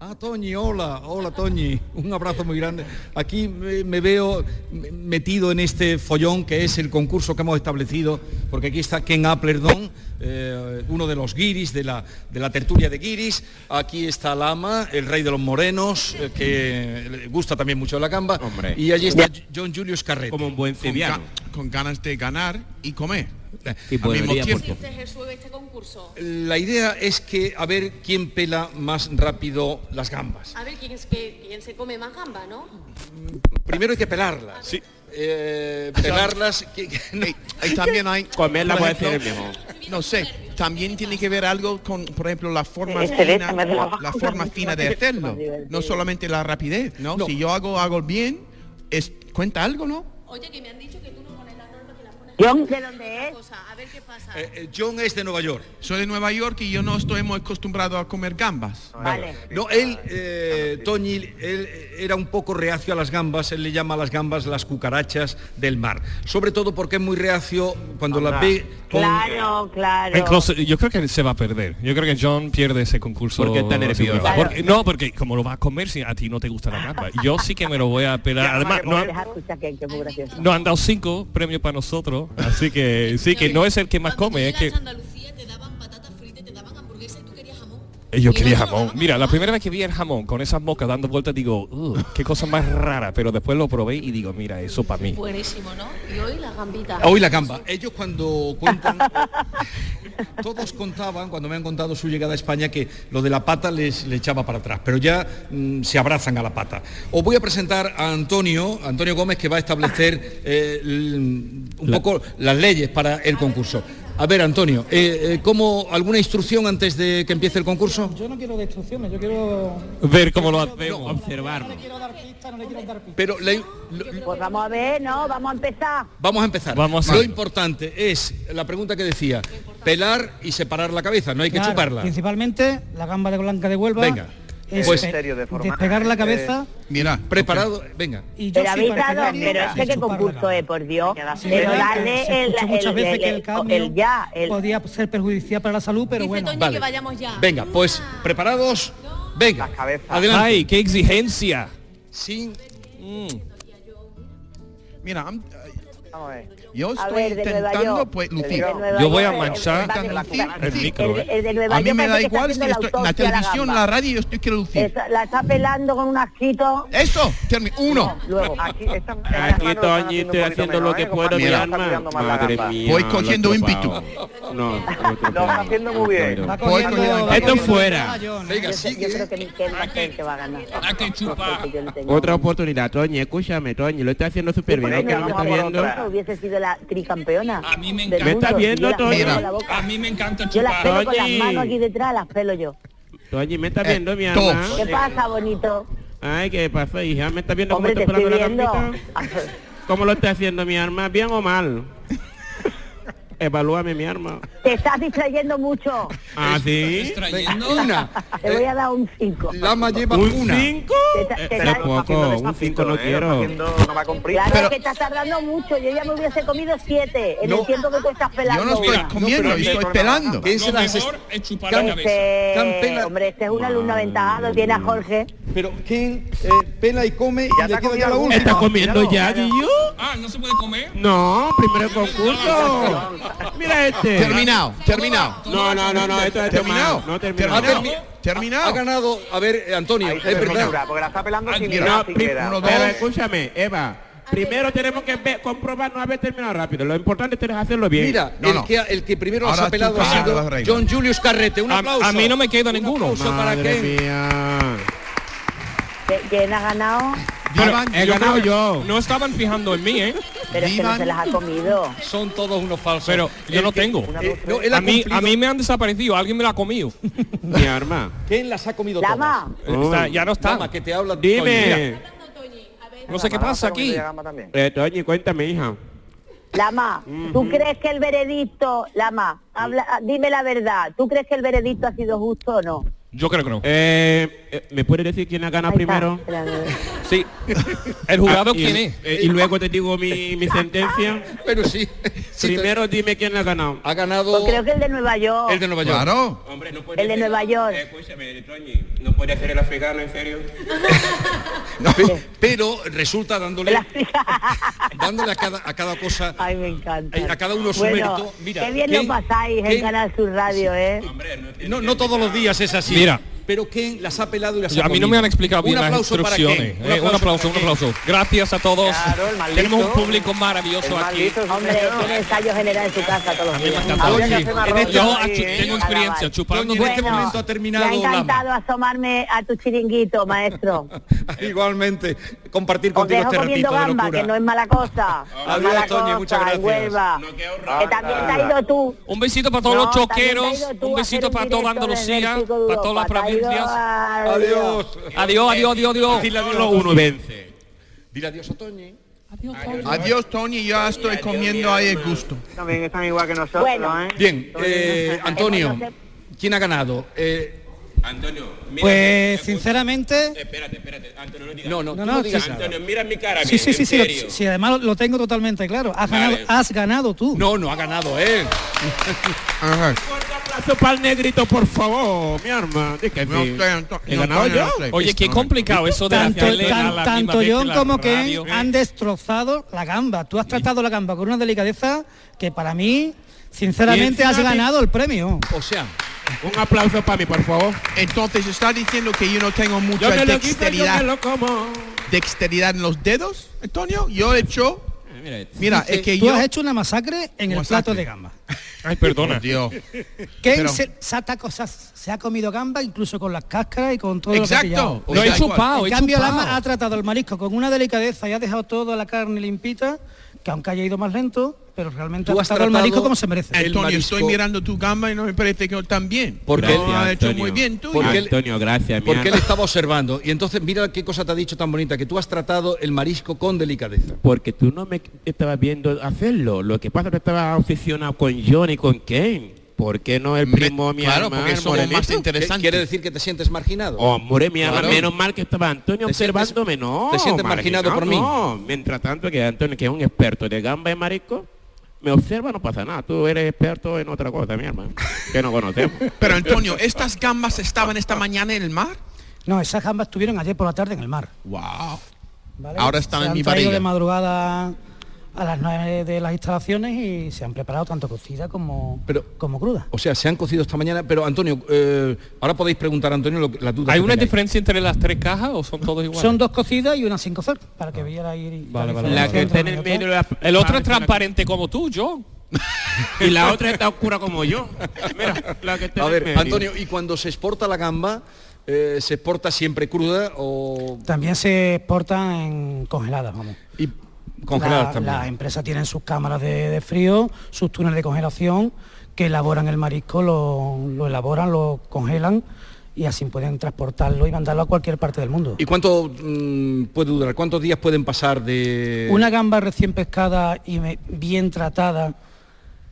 Speaker 6: Ah, Toñi, hola, hola Toñi, un abrazo muy grande. Aquí me, me veo me- metido en este follón que es el concurso que hemos establecido, porque aquí está Ken Aplerdon, eh, uno de los guiris de la, de la tertulia de guiris. Aquí está Lama, el rey de los morenos, eh, que le gusta también mucho la gamba. Y allí está John Julius Carrete. Como
Speaker 7: un buen
Speaker 6: ceviano.
Speaker 7: Con ganas de ganar y comer.
Speaker 6: Y
Speaker 7: Al mismo
Speaker 6: podría,
Speaker 7: tiempo.
Speaker 6: porque-
Speaker 18: Jesús este concurso?
Speaker 6: La idea es que a ver quién pela más rápido las gambas.
Speaker 18: A ver quién, es que- quién se come más gamba, ¿no?
Speaker 6: Primero hay que pelarlas. Eh, pelarlas. que- que- no.
Speaker 7: Y también hay...
Speaker 6: Comerla
Speaker 7: por
Speaker 6: puede ser el mismo.
Speaker 7: No sé, también tiene que ver algo con, por ejemplo, la forma
Speaker 19: Este de
Speaker 7: fina,
Speaker 19: esta me da la
Speaker 7: la forma fina de hacerlo. No solamente la rapidez, ¿no? Si yo hago algo bien, es, cuenta algo, ¿no?
Speaker 18: Oye, que me han dicho que tú no pones las normas que las pones.
Speaker 7: John.
Speaker 18: ¿de dónde es? A ver qué pasa.
Speaker 6: Eh, eh, John es de Nueva York.
Speaker 7: Soy de Nueva York y yo no estoy muy acostumbrado a comer gambas.
Speaker 6: No, él, eh, Toñi, él era un poco reacio a las gambas, él le llama a las gambas las cucarachas del mar. Sobre todo porque es muy reacio cuando
Speaker 7: Ah.
Speaker 6: las ve con-
Speaker 19: Claro, claro.
Speaker 8: Incluso, yo creo que se va a perder. Yo creo que John pierde ese concurso.
Speaker 6: Porque está nervioso.
Speaker 8: seguro.
Speaker 19: Claro.
Speaker 8: Porque- no, porque como lo va a comer si a ti no te gusta la gamba. Yo sí que me lo voy a pelar. Además, no, han- no han dado cinco premios para nosotros, así que sí que no es el que más come, es que Eh, Yo quería jamón. Mira, la primera vez que vi el jamón con esas moscas dando vueltas, digo, "Ugh, qué cosa más rara, pero después lo probé y digo, mira, eso para
Speaker 1: Pues
Speaker 8: mí.
Speaker 20: Buenísimo, ¿no? Y hoy la gambita.
Speaker 7: Ah,
Speaker 6: Hoy la gamba. Ellos cuando cuentan, todos contaban, cuando me han contado su llegada a España, que lo de la pata les, le echaba para atrás, pero ya mm, se abrazan a la pata. Os voy a presentar a Antonio, Antonio Gómez, que va a establecer eh, l- un poco las leyes para el concurso. A ver, Antonio, eh, eh, ¿cómo, ¿alguna instrucción antes de que empiece el concurso?
Speaker 17: Yo no quiero destrucciones, yo
Speaker 7: Eh,
Speaker 17: quiero...
Speaker 8: Ver cómo lo hacemos.
Speaker 6: observar.
Speaker 17: Pero
Speaker 1: Pues vamos a ver, ¿no? Vamos a empezar.
Speaker 6: Vamos a empezar.
Speaker 8: Vamos a-
Speaker 6: Lo importante es la pregunta que decía, pelar y separar la cabeza, no hay que
Speaker 17: Claro,
Speaker 6: chuparla.
Speaker 17: Principalmente la gamba de blanca de Huelva.
Speaker 6: Venga.
Speaker 17: es
Speaker 6: Pues-
Speaker 17: pe-
Speaker 6: Serio de forma-
Speaker 17: despegar la
Speaker 6: eh,
Speaker 17: cabeza.
Speaker 6: Mira, preparado, venga.
Speaker 17: Y yo
Speaker 1: Pero
Speaker 17: soy
Speaker 1: habéis
Speaker 17: partidario
Speaker 1: dado, pero
Speaker 17: de
Speaker 1: este que
Speaker 17: chuparla.
Speaker 1: concurso es, por Dios.
Speaker 17: Sí,
Speaker 1: Pero
Speaker 17: ¿verdad?
Speaker 1: darle
Speaker 17: Se
Speaker 1: el,
Speaker 17: escucha muchas
Speaker 1: el-
Speaker 17: veces que
Speaker 1: el-
Speaker 17: el cambio
Speaker 1: el ya, el-
Speaker 17: podía ser perjudicial para la salud, pero bueno.
Speaker 6: Vale. Venga, pues preparados. Venga, adelante.
Speaker 8: Ay, qué exigencia.
Speaker 6: Sin...
Speaker 7: mm. Mira, I'm- uh,
Speaker 1: Vamos a ver.
Speaker 7: yo
Speaker 1: A
Speaker 7: estoy
Speaker 1: ver, de Nueva
Speaker 7: intentando
Speaker 1: York.
Speaker 7: pues
Speaker 1: El de
Speaker 7: lucir.
Speaker 1: Nueva Yo voy a York, manchar
Speaker 7: Estoy intentando
Speaker 1: el-
Speaker 7: lucir,
Speaker 1: el
Speaker 7: lucir.
Speaker 1: micro, El- eh. el de Nueva
Speaker 7: A mí
Speaker 1: York
Speaker 7: me
Speaker 1: parece
Speaker 7: da
Speaker 1: que
Speaker 7: igual si
Speaker 1: está haciendo
Speaker 7: estoy
Speaker 1: la
Speaker 7: en la
Speaker 1: autopsia a la
Speaker 7: televisión,
Speaker 1: gamba.
Speaker 7: la radio, yo estoy quiero lucir.
Speaker 1: Esa- la está pelando con un asquito.
Speaker 7: Eso, termi- uno.
Speaker 1: Luego.
Speaker 9: Aquí Toñi estoy haciendo lo que
Speaker 1: ¿eh?
Speaker 9: puedo, mi
Speaker 7: Mira.
Speaker 9: alma.
Speaker 7: Está
Speaker 9: Madre mía.
Speaker 7: Voy cogiendo
Speaker 9: lo he
Speaker 7: ímpetu.
Speaker 9: tropezado. No, lo he tropezado.
Speaker 1: haciendo muy bien.
Speaker 9: Va cogiendo- va Esto cogiendo fuera.
Speaker 1: Yo, sé- yo creo que Miquel va a ser el que va a ganar.
Speaker 9: Otra oportunidad, Toñi, escúchame, Toñi, lo estoy haciendo súper
Speaker 1: pues,
Speaker 9: bien, aunque no me estás viendo.
Speaker 1: Hubiese sido la tricampeona. A mí me
Speaker 9: encanta. ¿Me estás viendo, Toño?
Speaker 1: A mí me encanta Yo las pelo con las
Speaker 9: Toñi.
Speaker 1: manos aquí detrás, las pelo yo.
Speaker 9: Toñi, ¿me estás viendo, mi alma?
Speaker 1: ¿Qué pasa, bonito?
Speaker 9: Ay, ¿qué pasa, hija? ¿Me estás viendo cómo
Speaker 1: Hombre, te
Speaker 9: estoy pelando
Speaker 1: estoy
Speaker 9: la
Speaker 1: viendo.
Speaker 9: gambita? ¿Cómo lo estás haciendo, mi arma? ¿Bien o mal? Evalúame, mi arma.
Speaker 1: Te estás distrayendo mucho.
Speaker 9: Ah, sí.
Speaker 6: Una.
Speaker 1: Te voy a dar un 5.
Speaker 6: Lama lleva
Speaker 9: ¿Un
Speaker 6: una.
Speaker 9: 5? Es poco, un 5
Speaker 1: ¿eh?
Speaker 9: no quiero.
Speaker 1: Claro, que estás tardando mucho. Yo ya me hubiese comido 7 en
Speaker 9: No.
Speaker 1: el tiempo que tú estás pelando.
Speaker 6: comiendo, estoy pelando.
Speaker 9: Lo
Speaker 6: mejor
Speaker 9: es chupar
Speaker 1: Este,
Speaker 6: Campela-
Speaker 1: hombre, este es un alumno aventajado, tiene a Jorge.
Speaker 6: Pero ¿quién eh, pela y come y le queda ya la última?
Speaker 9: ¿Está comiendo ya, Guillo?
Speaker 21: Ah, no se puede comer.
Speaker 9: No, primero el concurso. Mira este.
Speaker 21: Terminado,
Speaker 7: terminado.
Speaker 9: No, no, no, no, esto es
Speaker 7: Terminado.
Speaker 9: No,
Speaker 6: Ha
Speaker 9: terminado.
Speaker 6: termi- Ha, ganado, a ver, eh, Antonio, es verdad.
Speaker 9: Ah,
Speaker 6: sin
Speaker 9: mira,
Speaker 6: mirar
Speaker 9: no,
Speaker 6: siquiera.
Speaker 9: prim-
Speaker 6: Uno,
Speaker 9: Pero
Speaker 6: dos.
Speaker 9: escúchame, Eva. Primero tenemos que ver- comprobar no haber terminado rápido. Lo importante es hacerlo bien.
Speaker 6: Mira, el, Que, el que primero
Speaker 9: Ahora
Speaker 6: los ha
Speaker 9: tú
Speaker 6: pelado
Speaker 9: pagas,
Speaker 6: ha
Speaker 9: vas,
Speaker 6: sido
Speaker 9: Reina.
Speaker 6: John Julius Carrete. Un
Speaker 9: A-
Speaker 6: aplauso.
Speaker 9: a mí no me queda
Speaker 6: Un
Speaker 9: ninguno.
Speaker 6: aplauso para
Speaker 9: Madre
Speaker 6: Ken.
Speaker 1: que- ¿Quién ha ganado?
Speaker 8: he ganado yo. No estaban fijando en mí, ¿eh?
Speaker 1: Pero es que no se las ha comido.
Speaker 6: Son todos unos falsos.
Speaker 8: Pero yo
Speaker 6: El
Speaker 8: no
Speaker 6: que-
Speaker 8: tengo.
Speaker 6: Una, dos, tres. No, él ha
Speaker 8: a, mí,
Speaker 6: cumplido-
Speaker 8: a mí me han desaparecido. Alguien me la ha comido. Mi arma.
Speaker 6: ¿Quién las ha comido
Speaker 1: Lama.
Speaker 6: todas?
Speaker 8: Eh, Está- ya no está.
Speaker 6: Lama, que te habla
Speaker 9: Dime.
Speaker 8: No sé qué pasa aquí.
Speaker 9: Eh, Toñi, cuéntame, hija.
Speaker 1: Lama, ¿tú crees que el veredicto, Lama, habla, ah, dime la verdad, ¿tú crees que el veredicto ha sido justo o no?
Speaker 9: Yo creo que no. Eh, eh, ¿Me puedes decir quién ha ganado primero? Sí.
Speaker 8: ¿El jurado quién es?
Speaker 9: Y, luego te digo mi, mi sentencia.
Speaker 6: Pero sí.
Speaker 9: primero dime quién ha ganado.
Speaker 6: Ha
Speaker 1: Pues
Speaker 6: ganado
Speaker 1: creo que el de Nueva York.
Speaker 9: el de Nueva York. Claro.
Speaker 1: El de Nueva York.
Speaker 6: Eh,
Speaker 9: No puede ser el africano, en serio.
Speaker 6: Pe- pero resulta dándole dándole a cada a cada cosa
Speaker 1: Ay, me encanta.
Speaker 6: a cada uno su
Speaker 1: Bueno,
Speaker 6: mérito mira
Speaker 1: qué bien
Speaker 6: Ken-
Speaker 1: lo pasáis en
Speaker 6: Ken-
Speaker 1: Canal Sur Radio, ¿eh?
Speaker 6: no no todos los días es así
Speaker 8: Mira.
Speaker 6: pero quién las ha pelado y las ha
Speaker 8: A mí no
Speaker 6: comido?
Speaker 8: me han explicado bien
Speaker 6: Un
Speaker 8: las
Speaker 6: aplauso para
Speaker 8: instrucciones.
Speaker 6: Ken,
Speaker 8: eh, un aplauso, un
Speaker 6: para
Speaker 8: aplauso. Gracias a todos.
Speaker 6: Claro, el maldito.
Speaker 8: Tenemos un público maravilloso
Speaker 6: El
Speaker 8: aquí.
Speaker 6: maldito, sí,
Speaker 1: Hombre, tiene ensayo general en su casa todos los días.
Speaker 8: encantado,
Speaker 1: Habría que
Speaker 8: sí.
Speaker 1: hacer una
Speaker 8: En
Speaker 1: ronda
Speaker 8: este- yo
Speaker 1: ahí,
Speaker 8: achu-
Speaker 1: ¿eh?
Speaker 8: tengo
Speaker 1: Para
Speaker 8: experiencia,
Speaker 1: grabar.
Speaker 8: chupando
Speaker 6: en este
Speaker 1: Bueno,
Speaker 6: momento ha terminado
Speaker 1: Me ha
Speaker 6: Lama.
Speaker 1: encantado asomarme a tu chiringuito, maestro.
Speaker 6: igualmente compartir
Speaker 1: Os
Speaker 6: contigo
Speaker 1: dejo
Speaker 6: este
Speaker 1: comiendo
Speaker 6: ratito de
Speaker 1: gamba,
Speaker 6: locura
Speaker 1: que no es mala cosa. No es
Speaker 6: Adiós,
Speaker 1: mala
Speaker 6: Toñi,
Speaker 1: cosa,
Speaker 6: muchas gracias.
Speaker 1: en Huelva. que también te ha ido tú.
Speaker 8: Un besito para todos
Speaker 1: No,
Speaker 8: los
Speaker 1: también te ha
Speaker 8: choqueros.
Speaker 1: ido tú
Speaker 8: Un
Speaker 1: a
Speaker 8: besito
Speaker 1: hacer
Speaker 8: para
Speaker 1: un
Speaker 8: toda
Speaker 1: directo desde
Speaker 8: Andalucía.
Speaker 1: el pico de
Speaker 8: Para todas las
Speaker 1: Europa. Te ha ido
Speaker 8: provincias.
Speaker 1: a-
Speaker 6: Adiós.
Speaker 8: Adiós, adiós, adiós, adiós.
Speaker 6: Dile adiós.
Speaker 8: Solo uno vence.
Speaker 6: dile adiós a Toñi
Speaker 7: Adiós, Tony, ya estoy comiendo ahí el gusto.
Speaker 13: También están igual que nosotros,
Speaker 1: Bueno.
Speaker 13: ¿eh?
Speaker 6: bien eh, Antonio quién ha ganado Eh,
Speaker 9: Antonio,
Speaker 17: Pues sinceramente,
Speaker 9: Espérate, espérate. Antonio, no digas.
Speaker 6: no no,
Speaker 17: No,
Speaker 6: tú
Speaker 17: no,
Speaker 6: no digas
Speaker 17: sí.
Speaker 6: nada.
Speaker 9: Antonio, mira mi cara.
Speaker 17: sí,
Speaker 9: bien,
Speaker 17: sí, sí,
Speaker 9: en
Speaker 17: sí, lo-
Speaker 9: serio.
Speaker 17: sí, además lo- lo tengo totalmente claro. Has, ganado, has ganado tú.
Speaker 6: No, no, ha ganado él.
Speaker 9: Abrazo para el negrito, por favor, mi arma. Di que
Speaker 7: No
Speaker 9: sí.
Speaker 7: estoy, Anto-
Speaker 9: ¿He ganado yo?
Speaker 7: Antonio, no estoy.
Speaker 8: Oye, qué complicado eso de
Speaker 17: Tanto,
Speaker 8: hacerle a la
Speaker 17: tan-
Speaker 8: misma
Speaker 17: tanto
Speaker 8: vez que
Speaker 17: John
Speaker 8: la
Speaker 17: como que
Speaker 8: radio.
Speaker 17: han destrozado la gamba. Tú has tratado la gamba con una delicadeza que para mí,
Speaker 8: Y
Speaker 17: sinceramente,
Speaker 8: encima
Speaker 17: has
Speaker 8: te-
Speaker 17: ganado el premio.
Speaker 6: O sea,
Speaker 7: Un aplauso para mí, por favor. Entonces, está diciendo que yo no tengo mucha
Speaker 3: Yo me lo quito, yo
Speaker 7: dexteridad.
Speaker 3: me lo como.
Speaker 7: ¿Dexteridad en los dedos, Antonio? Yo he hecho... Mira, es que
Speaker 17: tú
Speaker 7: yo...
Speaker 17: has hecho una masacre en el plato de gamba.
Speaker 7: Ay, perdona. Dios.
Speaker 17: Que
Speaker 7: Pero-
Speaker 17: se, se ha taco- se ha- se ha comido gamba incluso con las cáscaras y con todo
Speaker 7: Exacto.
Speaker 17: lo que
Speaker 7: O
Speaker 17: ha
Speaker 7: sea,
Speaker 17: pillado.
Speaker 7: he chupado,
Speaker 17: En
Speaker 7: he
Speaker 17: cambio,
Speaker 7: chupado.
Speaker 17: Lama ha tratado el marisco con una delicadeza y ha dejado toda la carne limpita, que aunque haya ido más lento, pero realmente ha tratado el marisco como se merece.
Speaker 7: Antonio, estoy mirando tu gamba y no me parece que tan bien.
Speaker 6: Porque
Speaker 7: Lo has hecho muy bien tú.
Speaker 6: Porque él-
Speaker 3: Antonio, gracias, mi
Speaker 6: Porque él
Speaker 3: alma.
Speaker 6: estaba observando. Y entonces mira qué cosa te ha dicho tan bonita, que tú has tratado el marisco con delicadeza.
Speaker 3: Porque tú no me estabas viendo hacerlo. Lo que pasa es que estabas obsesionado con John y con Ken. ¿Por qué no el primo, Oh, mi
Speaker 6: claro,
Speaker 3: alma,
Speaker 6: porque
Speaker 3: el
Speaker 6: somos más
Speaker 3: morenito?
Speaker 6: interesantes. Quiere decir que te sientes marginado.
Speaker 3: Hombre, mi alma,
Speaker 6: Claro.
Speaker 3: menos mal que estaba Antonio
Speaker 6: Te sientes-
Speaker 3: observándome, no.
Speaker 6: te sientes marginado por mí.
Speaker 3: Oh, No, mientras tanto que Antonio, que es un experto de gamba y marisco, me observa, no pasa nada. Tú eres experto en otra cosa, mi hermano, que no conocemos.
Speaker 7: Pero Antonio, ¿estas gambas estaban esta mañana en el mar?
Speaker 17: No, esas gambas estuvieron ayer por la tarde en el mar.
Speaker 7: Wow.
Speaker 17: ¿vale?
Speaker 7: Ahora están
Speaker 17: Se
Speaker 7: en
Speaker 17: han
Speaker 7: mi
Speaker 17: traído
Speaker 7: varilla.
Speaker 17: de madrugada a las 9 de las instalaciones y se han preparado tanto cocida como, como cruda.
Speaker 6: O sea, se han cocido esta mañana, pero Antonio, eh, ahora podéis preguntar a Antonio lo, la duda.
Speaker 8: ¿Hay una diferencia
Speaker 6: diferencia?
Speaker 8: entre las tres cajas o son todas iguales?
Speaker 17: Son dos cocidas y una sin cocer, para que viera ahí.
Speaker 8: Ah. Vale, vale,
Speaker 17: La
Speaker 8: vale.
Speaker 17: que está en el medio de la-
Speaker 8: El otro
Speaker 3: Vale,
Speaker 8: es transparente como tú, yo.
Speaker 3: y la otra está oscura como yo. Mira, la que está
Speaker 6: A
Speaker 3: en el
Speaker 6: ver,
Speaker 3: medio.
Speaker 6: Antonio, ¿y cuando se exporta la gamba, eh, se exporta siempre cruda o
Speaker 17: También se exportan en congeladas, vamos.
Speaker 6: Y congeladas
Speaker 17: La-
Speaker 6: también?
Speaker 17: Las empresas tienen sus cámaras de, de frío, sus túneles de congelación, que elaboran el marisco, lo, lo elaboran, lo congelan y así pueden transportarlo y mandarlo a cualquier parte del mundo.
Speaker 6: ¿Y cuánto mm, puede durar? ¿Cuántos días pueden pasar de...?
Speaker 17: Una gamba recién pescada y me- bien tratada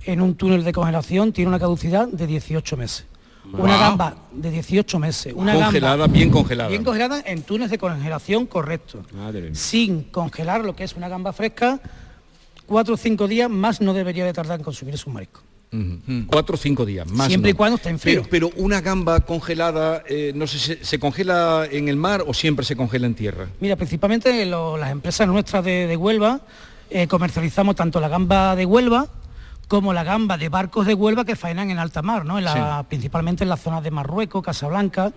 Speaker 17: en un túnel de congelación tiene una caducidad de 18 meses. Una
Speaker 6: Wow.
Speaker 17: gamba de 18 meses. Una
Speaker 6: Congelada,
Speaker 17: gamba
Speaker 6: bien congelada.
Speaker 17: Bien congelada en túneles de congelación correcto.
Speaker 6: Madre mía.
Speaker 17: Sin congelar lo que es una gamba fresca, cuatro o cinco días más no debería de tardar en consumir su marisco.
Speaker 6: Ujú. Cuatro o cinco días, más
Speaker 17: Siempre y
Speaker 6: no.
Speaker 17: cuando esté en frío.
Speaker 6: Pero, pero una gamba congelada, eh, no sé, ¿se, se congela en el mar o siempre se congela en tierra?
Speaker 17: Mira, principalmente lo- las empresas nuestras de, de Huelva eh, comercializamos tanto la gamba de Huelva como la gamba de barcos de Huelva que faenan en alta mar, ¿no? En la- principalmente en las zonas de Marruecos, Casablanca,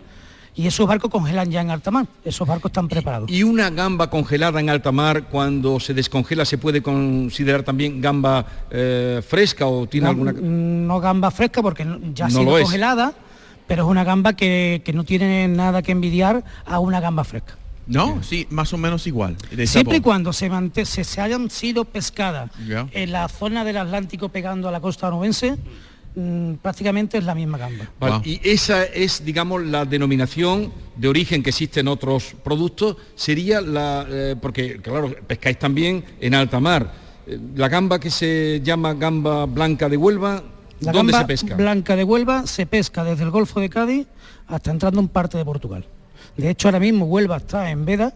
Speaker 17: y esos barcos congelan ya en alta mar, esos barcos están preparados.
Speaker 6: Eh, ¿Y una gamba congelada en alta mar, cuando se descongela, se puede considerar también gamba eh, fresca o tiene
Speaker 17: Gam-
Speaker 6: alguna...?
Speaker 17: No gamba fresca porque no- ya ha
Speaker 6: No
Speaker 17: sido
Speaker 6: lo es.
Speaker 17: congelada, pero es una gamba que, que no tiene nada que envidiar a una gamba fresca.
Speaker 7: No, sí, más o menos igual. de
Speaker 17: Siempre y
Speaker 7: sabor.
Speaker 17: cuando se, mante- se, se hayan sido pescadas
Speaker 7: Ya.
Speaker 17: en la zona del Atlántico pegando a la costa onubense, mm, prácticamente es la misma gamba.
Speaker 6: Vale, Y esa es, digamos, la denominación de origen que existe en otros productos, sería la, eh, porque claro, pescáis también en alta mar. Eh, La gamba que se llama gamba blanca de Huelva,
Speaker 17: La
Speaker 6: ¿dónde
Speaker 17: gamba
Speaker 6: se pesca?
Speaker 17: blanca de Huelva se pesca desde el Golfo de Cádiz hasta entrando en parte de Portugal. De hecho, ahora mismo Huelva está en veda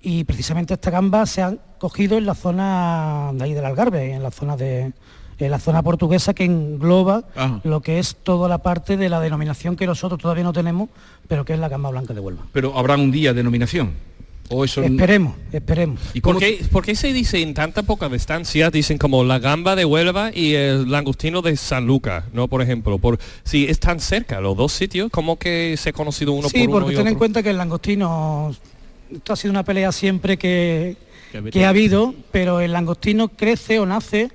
Speaker 17: y precisamente esta gamba se han cogido en la zona de ahí del Algarve, en la zona de en la zona portuguesa que engloba
Speaker 6: Ajá.
Speaker 17: lo que es toda la parte de la denominación que nosotros todavía no tenemos, pero que es la gamba blanca de Huelva.
Speaker 6: Pero habrá un día denominación. O eso
Speaker 17: Esperemos, esperemos.
Speaker 6: ¿Y
Speaker 8: ¿Por
Speaker 6: cómo
Speaker 8: qué, por qué se dice en tanta poca distancia? Dicen como la gamba de Huelva y el langostino de San Lucas, ¿no? Por ejemplo, por si es tan cerca los dos sitios, como que se ha conocido uno
Speaker 17: sí,
Speaker 8: por uno
Speaker 17: porque
Speaker 8: y
Speaker 17: ten en
Speaker 8: otro?
Speaker 17: cuenta que el langostino, esto ha sido una pelea siempre que,
Speaker 8: Que ha habido.
Speaker 17: que ha habido, pero el langostino crece o nace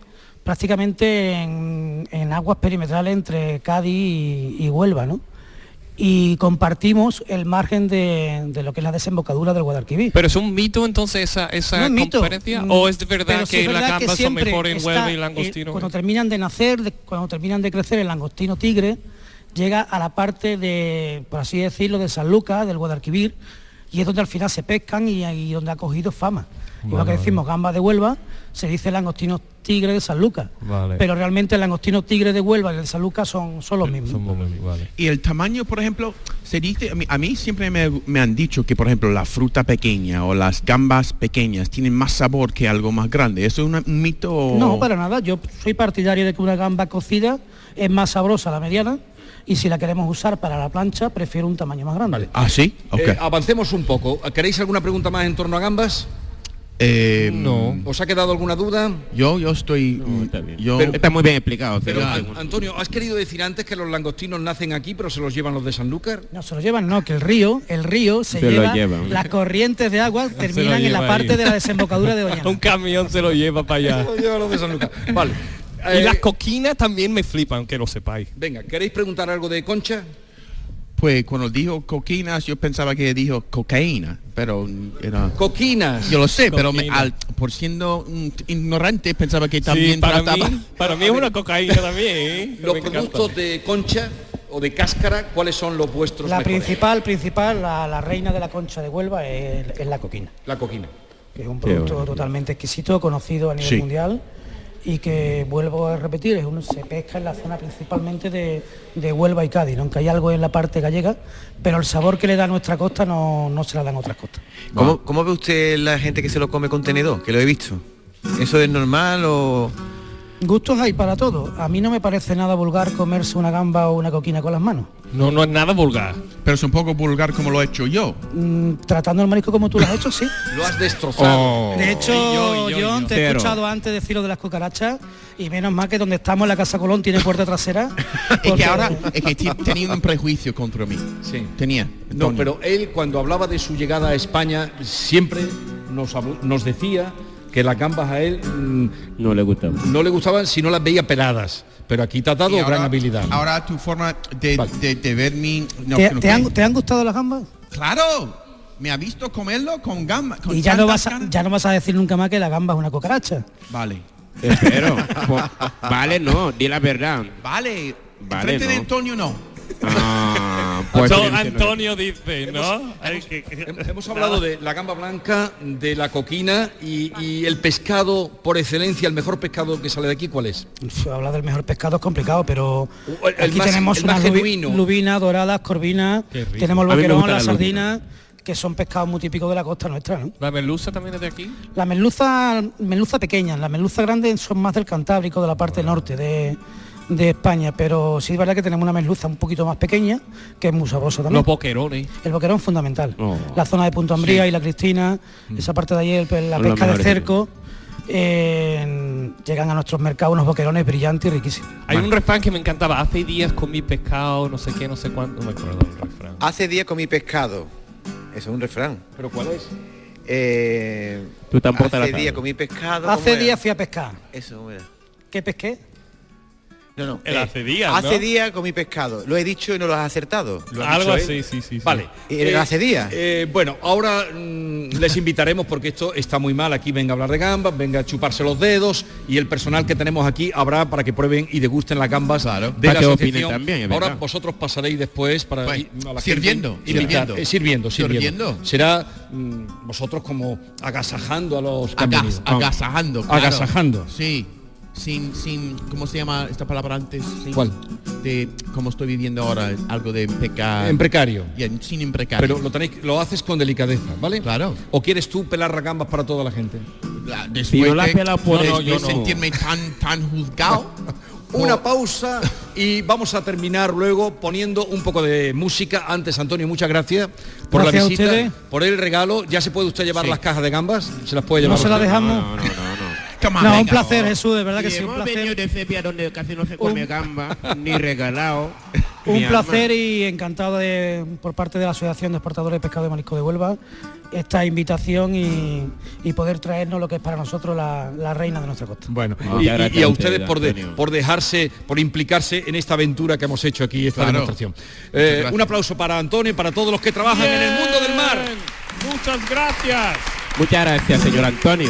Speaker 17: prácticamente en, en aguas perimetrales entre Cádiz y, y Huelva, ¿no? Y compartimos el margen de, de lo que es la desembocadura del Guadalquivir.
Speaker 8: Pero es un mito entonces esa, esa
Speaker 17: No es mito,
Speaker 8: conferencia
Speaker 17: mm,
Speaker 8: o es de verdad
Speaker 17: pero
Speaker 8: que
Speaker 17: sí es
Speaker 8: las
Speaker 17: verdad
Speaker 8: gambas son
Speaker 17: siempre
Speaker 8: mejor en
Speaker 17: está,
Speaker 8: Huelva y
Speaker 17: eh,
Speaker 8: langostino.
Speaker 17: cuando terminan de nacer, de- cuando terminan de crecer, el langostino tigre llega a la parte de, por así decirlo, de San Lucas, del Guadalquivir, y es donde al final se pescan y ahí donde ha cogido fama. Igual
Speaker 4: Vale,
Speaker 17: que
Speaker 4: vale.
Speaker 17: decimos gambas de Huelva, se dice langostino tigre de San Lucas.
Speaker 7: Vale.
Speaker 17: Pero realmente el langostino tigre de Huelva y el de San Lucas son, son los mismos.
Speaker 7: Y el tamaño, por ejemplo, se dice, a mí, a mí siempre me, me han dicho que, por ejemplo, la fruta pequeña o las gambas pequeñas tienen más sabor que algo más grande. ¿Eso es una- un mito? o-
Speaker 17: No, para nada. Yo soy partidario de que una gamba cocida es más sabrosa la mediana y si la queremos usar para la plancha, prefiero un tamaño más grande.
Speaker 7: Ah, sí. Ok.
Speaker 6: Eh, avancemos un poco. ¿Queréis alguna pregunta más en torno a gambas?
Speaker 7: no.
Speaker 6: ¿Os ha quedado alguna duda?
Speaker 7: Em, Yo, yo estoy. yo-
Speaker 6: Pero-
Speaker 3: está muy bien explicado.
Speaker 6: Pero,
Speaker 7: Ya.
Speaker 6: An- Antonio, ¿has querido decir antes que los langostinos nacen aquí pero se los llevan los de Sanlúcar?
Speaker 17: No, se lo llevan, no, que el río, el río se,
Speaker 6: Se lo
Speaker 17: lleva,
Speaker 6: llevan.
Speaker 17: las corrientes de agua terminan en la
Speaker 8: lleva
Speaker 17: parte
Speaker 8: ahí.
Speaker 17: de la desembocadura de Oña.
Speaker 8: Un camión se lo lleva para allá.
Speaker 6: Vale.
Speaker 8: Y las coquinas también me flipan, que lo sepáis.
Speaker 6: Venga, ¿queréis preguntar algo de Concha?
Speaker 7: Pues cuando dijo coquinas, yo pensaba que dijo cocaína, pero era...
Speaker 6: Coquinas.
Speaker 7: Yo lo sé, pero me-
Speaker 8: Coquina.
Speaker 7: al- por siendo mm, ignorante pensaba que también
Speaker 8: Sí, para
Speaker 7: trataba...
Speaker 8: mí, para mí es una cocaína también. ¿eh?
Speaker 6: Los
Speaker 8: Me encanta.
Speaker 6: productos de Concha o de cáscara, ¿cuáles son los vuestros?
Speaker 17: La
Speaker 6: mejores?
Speaker 17: principal, principal, la, la reina de la concha de Huelva es, es la coquina.
Speaker 6: La coquina.
Speaker 17: Que es un
Speaker 6: Qué
Speaker 17: producto
Speaker 6: bueno.
Speaker 17: totalmente exquisito, conocido a nivel
Speaker 6: Sí.
Speaker 17: mundial y que vuelvo a repetir, es uno se pesca en la zona principalmente de, de Huelva y Cádiz, ¿no? aunque hay algo en la parte gallega, pero el sabor que le da a nuestra costa no, no se la dan otras costas.
Speaker 12: ¿Cómo, cómo ve usted la gente que se lo come con tenedor? Que lo he visto. ¿Eso es normal o...?
Speaker 17: Gustos hay para todo. A mí no me parece nada vulgar comerse una gamba o una coquina con las manos.
Speaker 8: No, no es nada vulgar.
Speaker 7: Pero es un poco vulgar como lo he hecho yo.
Speaker 17: Mm, tratando el marisco como tú lo has hecho, sí.
Speaker 6: Lo has destrozado.
Speaker 17: De hecho,
Speaker 7: Oh. yo, yo,
Speaker 17: John,
Speaker 7: yo.
Speaker 17: te he
Speaker 7: Cero.
Speaker 17: escuchado antes decir lo de las cucarachas y menos mal que donde estamos, la Casa Colón, tiene puerta trasera.
Speaker 7: Es
Speaker 17: porque-
Speaker 7: que ahora es que ti- tenía un prejuicio contra mí.
Speaker 6: Sí.
Speaker 7: Tenía.
Speaker 6: No,
Speaker 7: Antonio.
Speaker 6: pero él cuando hablaba de su llegada a España siempre nos, habl- nos decía que las gambas a él mm,
Speaker 3: No le gustaba.
Speaker 6: no le gustaban si no las veía peladas. Pero aquí te ha dado
Speaker 7: Y ahora-
Speaker 6: gran habilidad.
Speaker 7: Ahora tu forma de, de- de ver mi... no,
Speaker 17: ¿Te,
Speaker 7: que no
Speaker 17: te han,
Speaker 7: creo.
Speaker 17: te han gustado las gambas?
Speaker 7: ¡Claro! Me ha visto comerlo con gamba. con
Speaker 17: Y ya no,
Speaker 7: tanta
Speaker 17: vas a, ya no vas a decir nunca más que la gamba es una cucaracha.
Speaker 7: Vale.
Speaker 3: Espero. Po- vale, no, di la verdad.
Speaker 7: Vale.
Speaker 3: Vale,
Speaker 7: Frente de
Speaker 3: no.
Speaker 7: Antonio no.
Speaker 3: Ah, pues
Speaker 8: Anto-
Speaker 3: evidentemente no.
Speaker 8: Antonio dice, ¿no? Ay, que- que-
Speaker 6: Hemos hablado de la gamba blanca, de la coquina y, y el pescado por excelencia, el mejor pescado que sale de aquí, ¿cuál es?
Speaker 17: Uf, Hablar del mejor pescado es complicado, pero
Speaker 6: Uh, El- el
Speaker 17: aquí
Speaker 6: más-
Speaker 17: tenemos
Speaker 6: el
Speaker 17: unas
Speaker 6: más
Speaker 17: lubi-
Speaker 6: genuino.
Speaker 17: lubinas, doradas, corvinas,
Speaker 8: Qué rico.
Speaker 17: tenemos el
Speaker 8: A mí me
Speaker 17: boquerón,
Speaker 8: gusta
Speaker 17: la
Speaker 8: la lubina.
Speaker 17: sardina, que son pescados muy típicos de la costa nuestra, ¿no?
Speaker 8: La merluza también es de aquí.
Speaker 17: La merluza, merluza pequeña, la merluza grande son más del Cantábrico, de la parte norte de, de España, pero sí es verdad que tenemos una merluza un poquito más pequeña, que es muy sabrosa también.
Speaker 8: Los boquerones.
Speaker 17: el boquerón fundamental. La zona de Punto Ambría
Speaker 8: Sí. Mm.
Speaker 17: y la Cristina, esa parte de ahí, el- la
Speaker 8: Son los
Speaker 17: pesca de
Speaker 8: mejores.
Speaker 17: cerco, eh, llegan a nuestros mercados unos boquerones brillantes y riquísimos.
Speaker 8: Hay un refrán que me encantaba. Hace días comí pescado, no sé qué, no sé cuánto. No me acuerdo el refrán.
Speaker 12: Hace días comí pescado. Eso es un refrán.
Speaker 6: ¿Pero cuál es?
Speaker 12: Eh,
Speaker 3: Tú tampoco te la
Speaker 12: hace
Speaker 3: sabes.
Speaker 12: días comí pescado. ¿cómo
Speaker 17: Hace
Speaker 12: era?
Speaker 17: días fui a pescar.
Speaker 12: Eso, ¿cómo era?
Speaker 17: ¿Qué pesqué?
Speaker 12: No, no.
Speaker 8: El
Speaker 12: eh,
Speaker 8: hace días, ¿no?
Speaker 12: Hace días comí pescado. Lo he dicho y no lo has acertado.
Speaker 8: Algo así, sí, sí, sí.
Speaker 6: Vale.
Speaker 12: Y el hace días.
Speaker 6: eh, bueno, ahora mm, les invitaremos porque esto está muy mal. Aquí venga a hablar de gambas, venga a chuparse los dedos y el personal que tenemos aquí habrá para que prueben y degusten las gambas de
Speaker 3: Para
Speaker 6: la
Speaker 3: que opinen
Speaker 6: asociación.
Speaker 3: también, es
Speaker 6: ahora
Speaker 3: verdad.
Speaker 6: vosotros pasaréis después para
Speaker 7: Pues,
Speaker 6: y- a la gente
Speaker 7: sirviendo,
Speaker 6: invitar.
Speaker 7: sirviendo.
Speaker 6: Eh, sirviendo, sirviendo.
Speaker 7: Sirviendo.
Speaker 6: Será mm, vosotros como agasajando a los que han
Speaker 7: Agas-
Speaker 6: venido.
Speaker 7: agasajando. claro.
Speaker 6: Ah, Agasajando.
Speaker 7: Sí. Sin, sin, ¿cómo se llama esta palabra antes? Sin-
Speaker 6: ¿Cuál?
Speaker 7: De cómo estoy viviendo ahora, algo de pecar.
Speaker 6: En precario.
Speaker 7: sin en precario.
Speaker 6: Pero lo tenéis, lo haces con delicadeza, ¿vale?
Speaker 7: Claro.
Speaker 6: ¿O quieres tú pelar las gambas para toda la gente?
Speaker 7: La- después
Speaker 6: yo la
Speaker 7: de-
Speaker 6: pela por
Speaker 7: de-
Speaker 6: el-
Speaker 7: de
Speaker 6: yo no.
Speaker 7: sentirme tan, tan juzgado.
Speaker 6: Una pausa y vamos a terminar luego poniendo un poco de música. Antes, Antonio, muchas gracias por
Speaker 17: Gracias a
Speaker 6: la visita,
Speaker 17: ustedes.
Speaker 6: por el regalo. ¿Ya se puede usted llevar las cajas de gambas? ¿Se las puede
Speaker 17: No
Speaker 6: llevar?
Speaker 17: se la
Speaker 6: usted?
Speaker 17: dejamos.
Speaker 3: No, no, no, no.
Speaker 17: No, un placer, Jesús, de verdad que
Speaker 3: Y
Speaker 17: sí, un
Speaker 3: hemos
Speaker 17: placer.
Speaker 3: venido de Sevilla donde casi no se come gamba, ni regalado.
Speaker 17: Un
Speaker 3: ni ama.
Speaker 17: placer y encantado de, por parte de la Asociación de Exportadores de Pescado de Marisco de Huelva esta invitación y, y poder traernos lo que es para nosotros la, la reina de nuestra costa.
Speaker 6: Bueno,
Speaker 3: Ah,
Speaker 6: y,
Speaker 3: muchas gracias
Speaker 6: y a
Speaker 3: a
Speaker 6: ustedes
Speaker 3: usted,
Speaker 6: por, de-
Speaker 3: Antonio.
Speaker 6: por dejarse, por implicarse en esta aventura que hemos hecho aquí, esta
Speaker 7: Claro.
Speaker 6: demostración.
Speaker 7: Muchas
Speaker 6: Eh,
Speaker 7: gracias.
Speaker 6: un aplauso para Antonio y para todos los que trabajan en el mundo del mar.
Speaker 8: Muchas gracias.
Speaker 3: Muchas gracias, señor Antonio.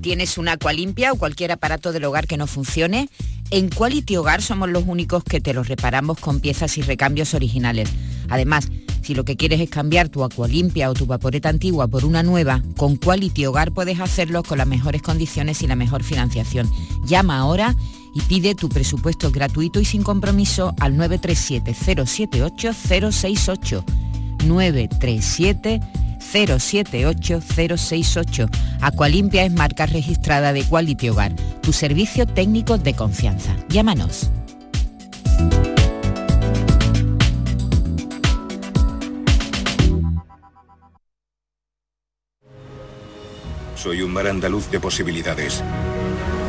Speaker 22: ¿Tienes un agua limpia o cualquier aparato del hogar que no funcione? En Quality Hogar somos los únicos que te los reparamos con piezas y recambios originales. Además, Si lo que quieres es cambiar tu acualimpia o tu vaporeta antigua por una nueva, con Quality Hogar puedes hacerlo con las mejores condiciones y la mejor financiación. Llama ahora y pide tu presupuesto gratuito y sin compromiso al 937-078-068. 937-078-068. Aqualimpia es marca registrada de Quality Hogar, tu servicio técnico de confianza. Llámanos.
Speaker 10: Soy un mar andaluz de posibilidades.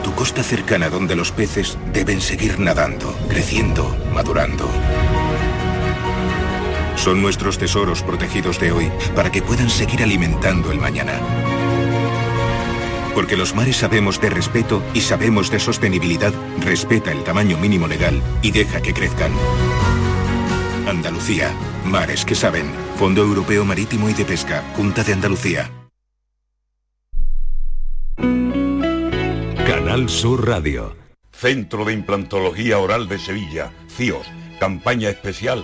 Speaker 10: Tu costa cercana donde los peces deben seguir nadando, creciendo, madurando. Son nuestros tesoros protegidos de hoy para que puedan seguir alimentando el mañana. Porque los mares sabemos de respeto y sabemos de sostenibilidad, respeta el tamaño mínimo legal y deja que crezcan. Andalucía, mares que saben. Fondo Europeo Marítimo y de Pesca, Junta de Andalucía.
Speaker 23: Canal Sur Radio. Centro de Implantología Oral de Sevilla, CIOS. Campaña especial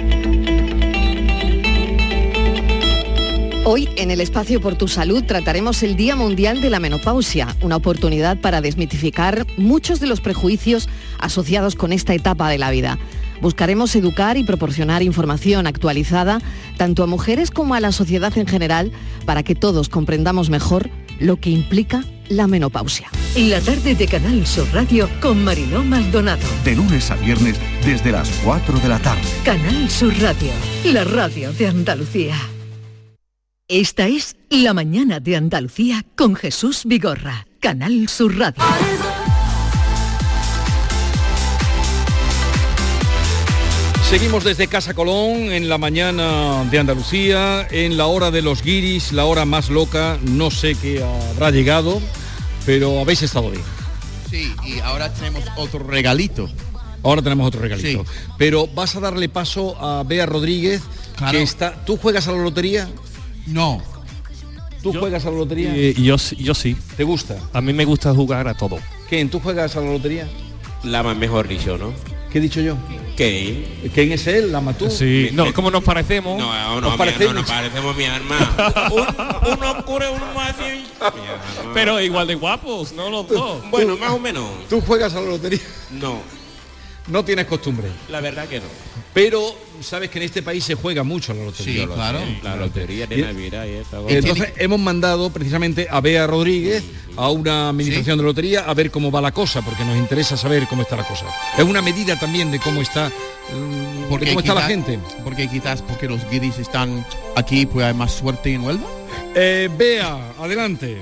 Speaker 19: Hoy en el espacio por tu salud trataremos el Día Mundial de la Menopausia, una oportunidad para desmitificar muchos de los prejuicios asociados con esta etapa de la vida. Buscaremos educar y proporcionar información actualizada tanto a mujeres como a la sociedad en general para que todos comprendamos mejor lo que implica la menopausia.
Speaker 2: La tarde de Canal Sur Radio con Mariló Maldonado.
Speaker 24: De lunes a viernes desde las 4 de la tarde.
Speaker 2: Canal Sur Radio, la radio de Andalucía. Esta es La mañana de Andalucía con Jesús Vigorra, Canal Sur Radio.
Speaker 6: Seguimos desde Casa Colón en la mañana de Andalucía, en la hora de los guiris, la hora más loca, no sé qué habrá llegado, pero habéis estado bien.
Speaker 7: Sí, y ahora tenemos otro regalito.
Speaker 6: Ahora tenemos otro regalito. Pero vas a darle paso a Bea Rodríguez, que está. ¿Tú juegas a la lotería?
Speaker 7: No.
Speaker 6: ¿Tú juegas a la lotería?
Speaker 8: Eh, yo, s- yo sí.
Speaker 6: ¿Te gusta?
Speaker 8: A mí me gusta jugar a todo.
Speaker 6: ¿Quién? ¿Tú juegas a la lotería?
Speaker 9: La más mejor dicho, ¿no?
Speaker 6: ¿Qué he dicho yo?
Speaker 9: ¿Qué?
Speaker 6: ¿Quién es él? ¿La mató?
Speaker 8: Sí. No, como nos parecemos.
Speaker 9: No, no,
Speaker 8: Nos
Speaker 9: mira,
Speaker 8: parecemos.
Speaker 9: no nos parecemos mi arma. Un- uno oscuro, uno más así.
Speaker 8: Pero igual de guapos, ¿no? Los dos.
Speaker 9: Bueno, más o menos.
Speaker 6: ¿Tú juegas a la lotería?
Speaker 9: No.
Speaker 6: No tienes costumbre.
Speaker 9: La verdad que no.
Speaker 6: Pero sabes que en este país se juega mucho la lotería.
Speaker 9: Sí, claro. La lotería de
Speaker 6: Y-
Speaker 9: Navidad y esa cosa.
Speaker 6: Entonces hemos mandado precisamente a Bea Rodríguez a una administración de lotería a ver cómo va la cosa, porque nos interesa saber cómo está la cosa. Es una medida también de cómo está, mm, de cómo está la
Speaker 7: quizá-
Speaker 6: gente.
Speaker 7: Porque quizás porque los guiris están aquí, pues hay más suerte en Huelva.
Speaker 6: Eh, Bea, adelante.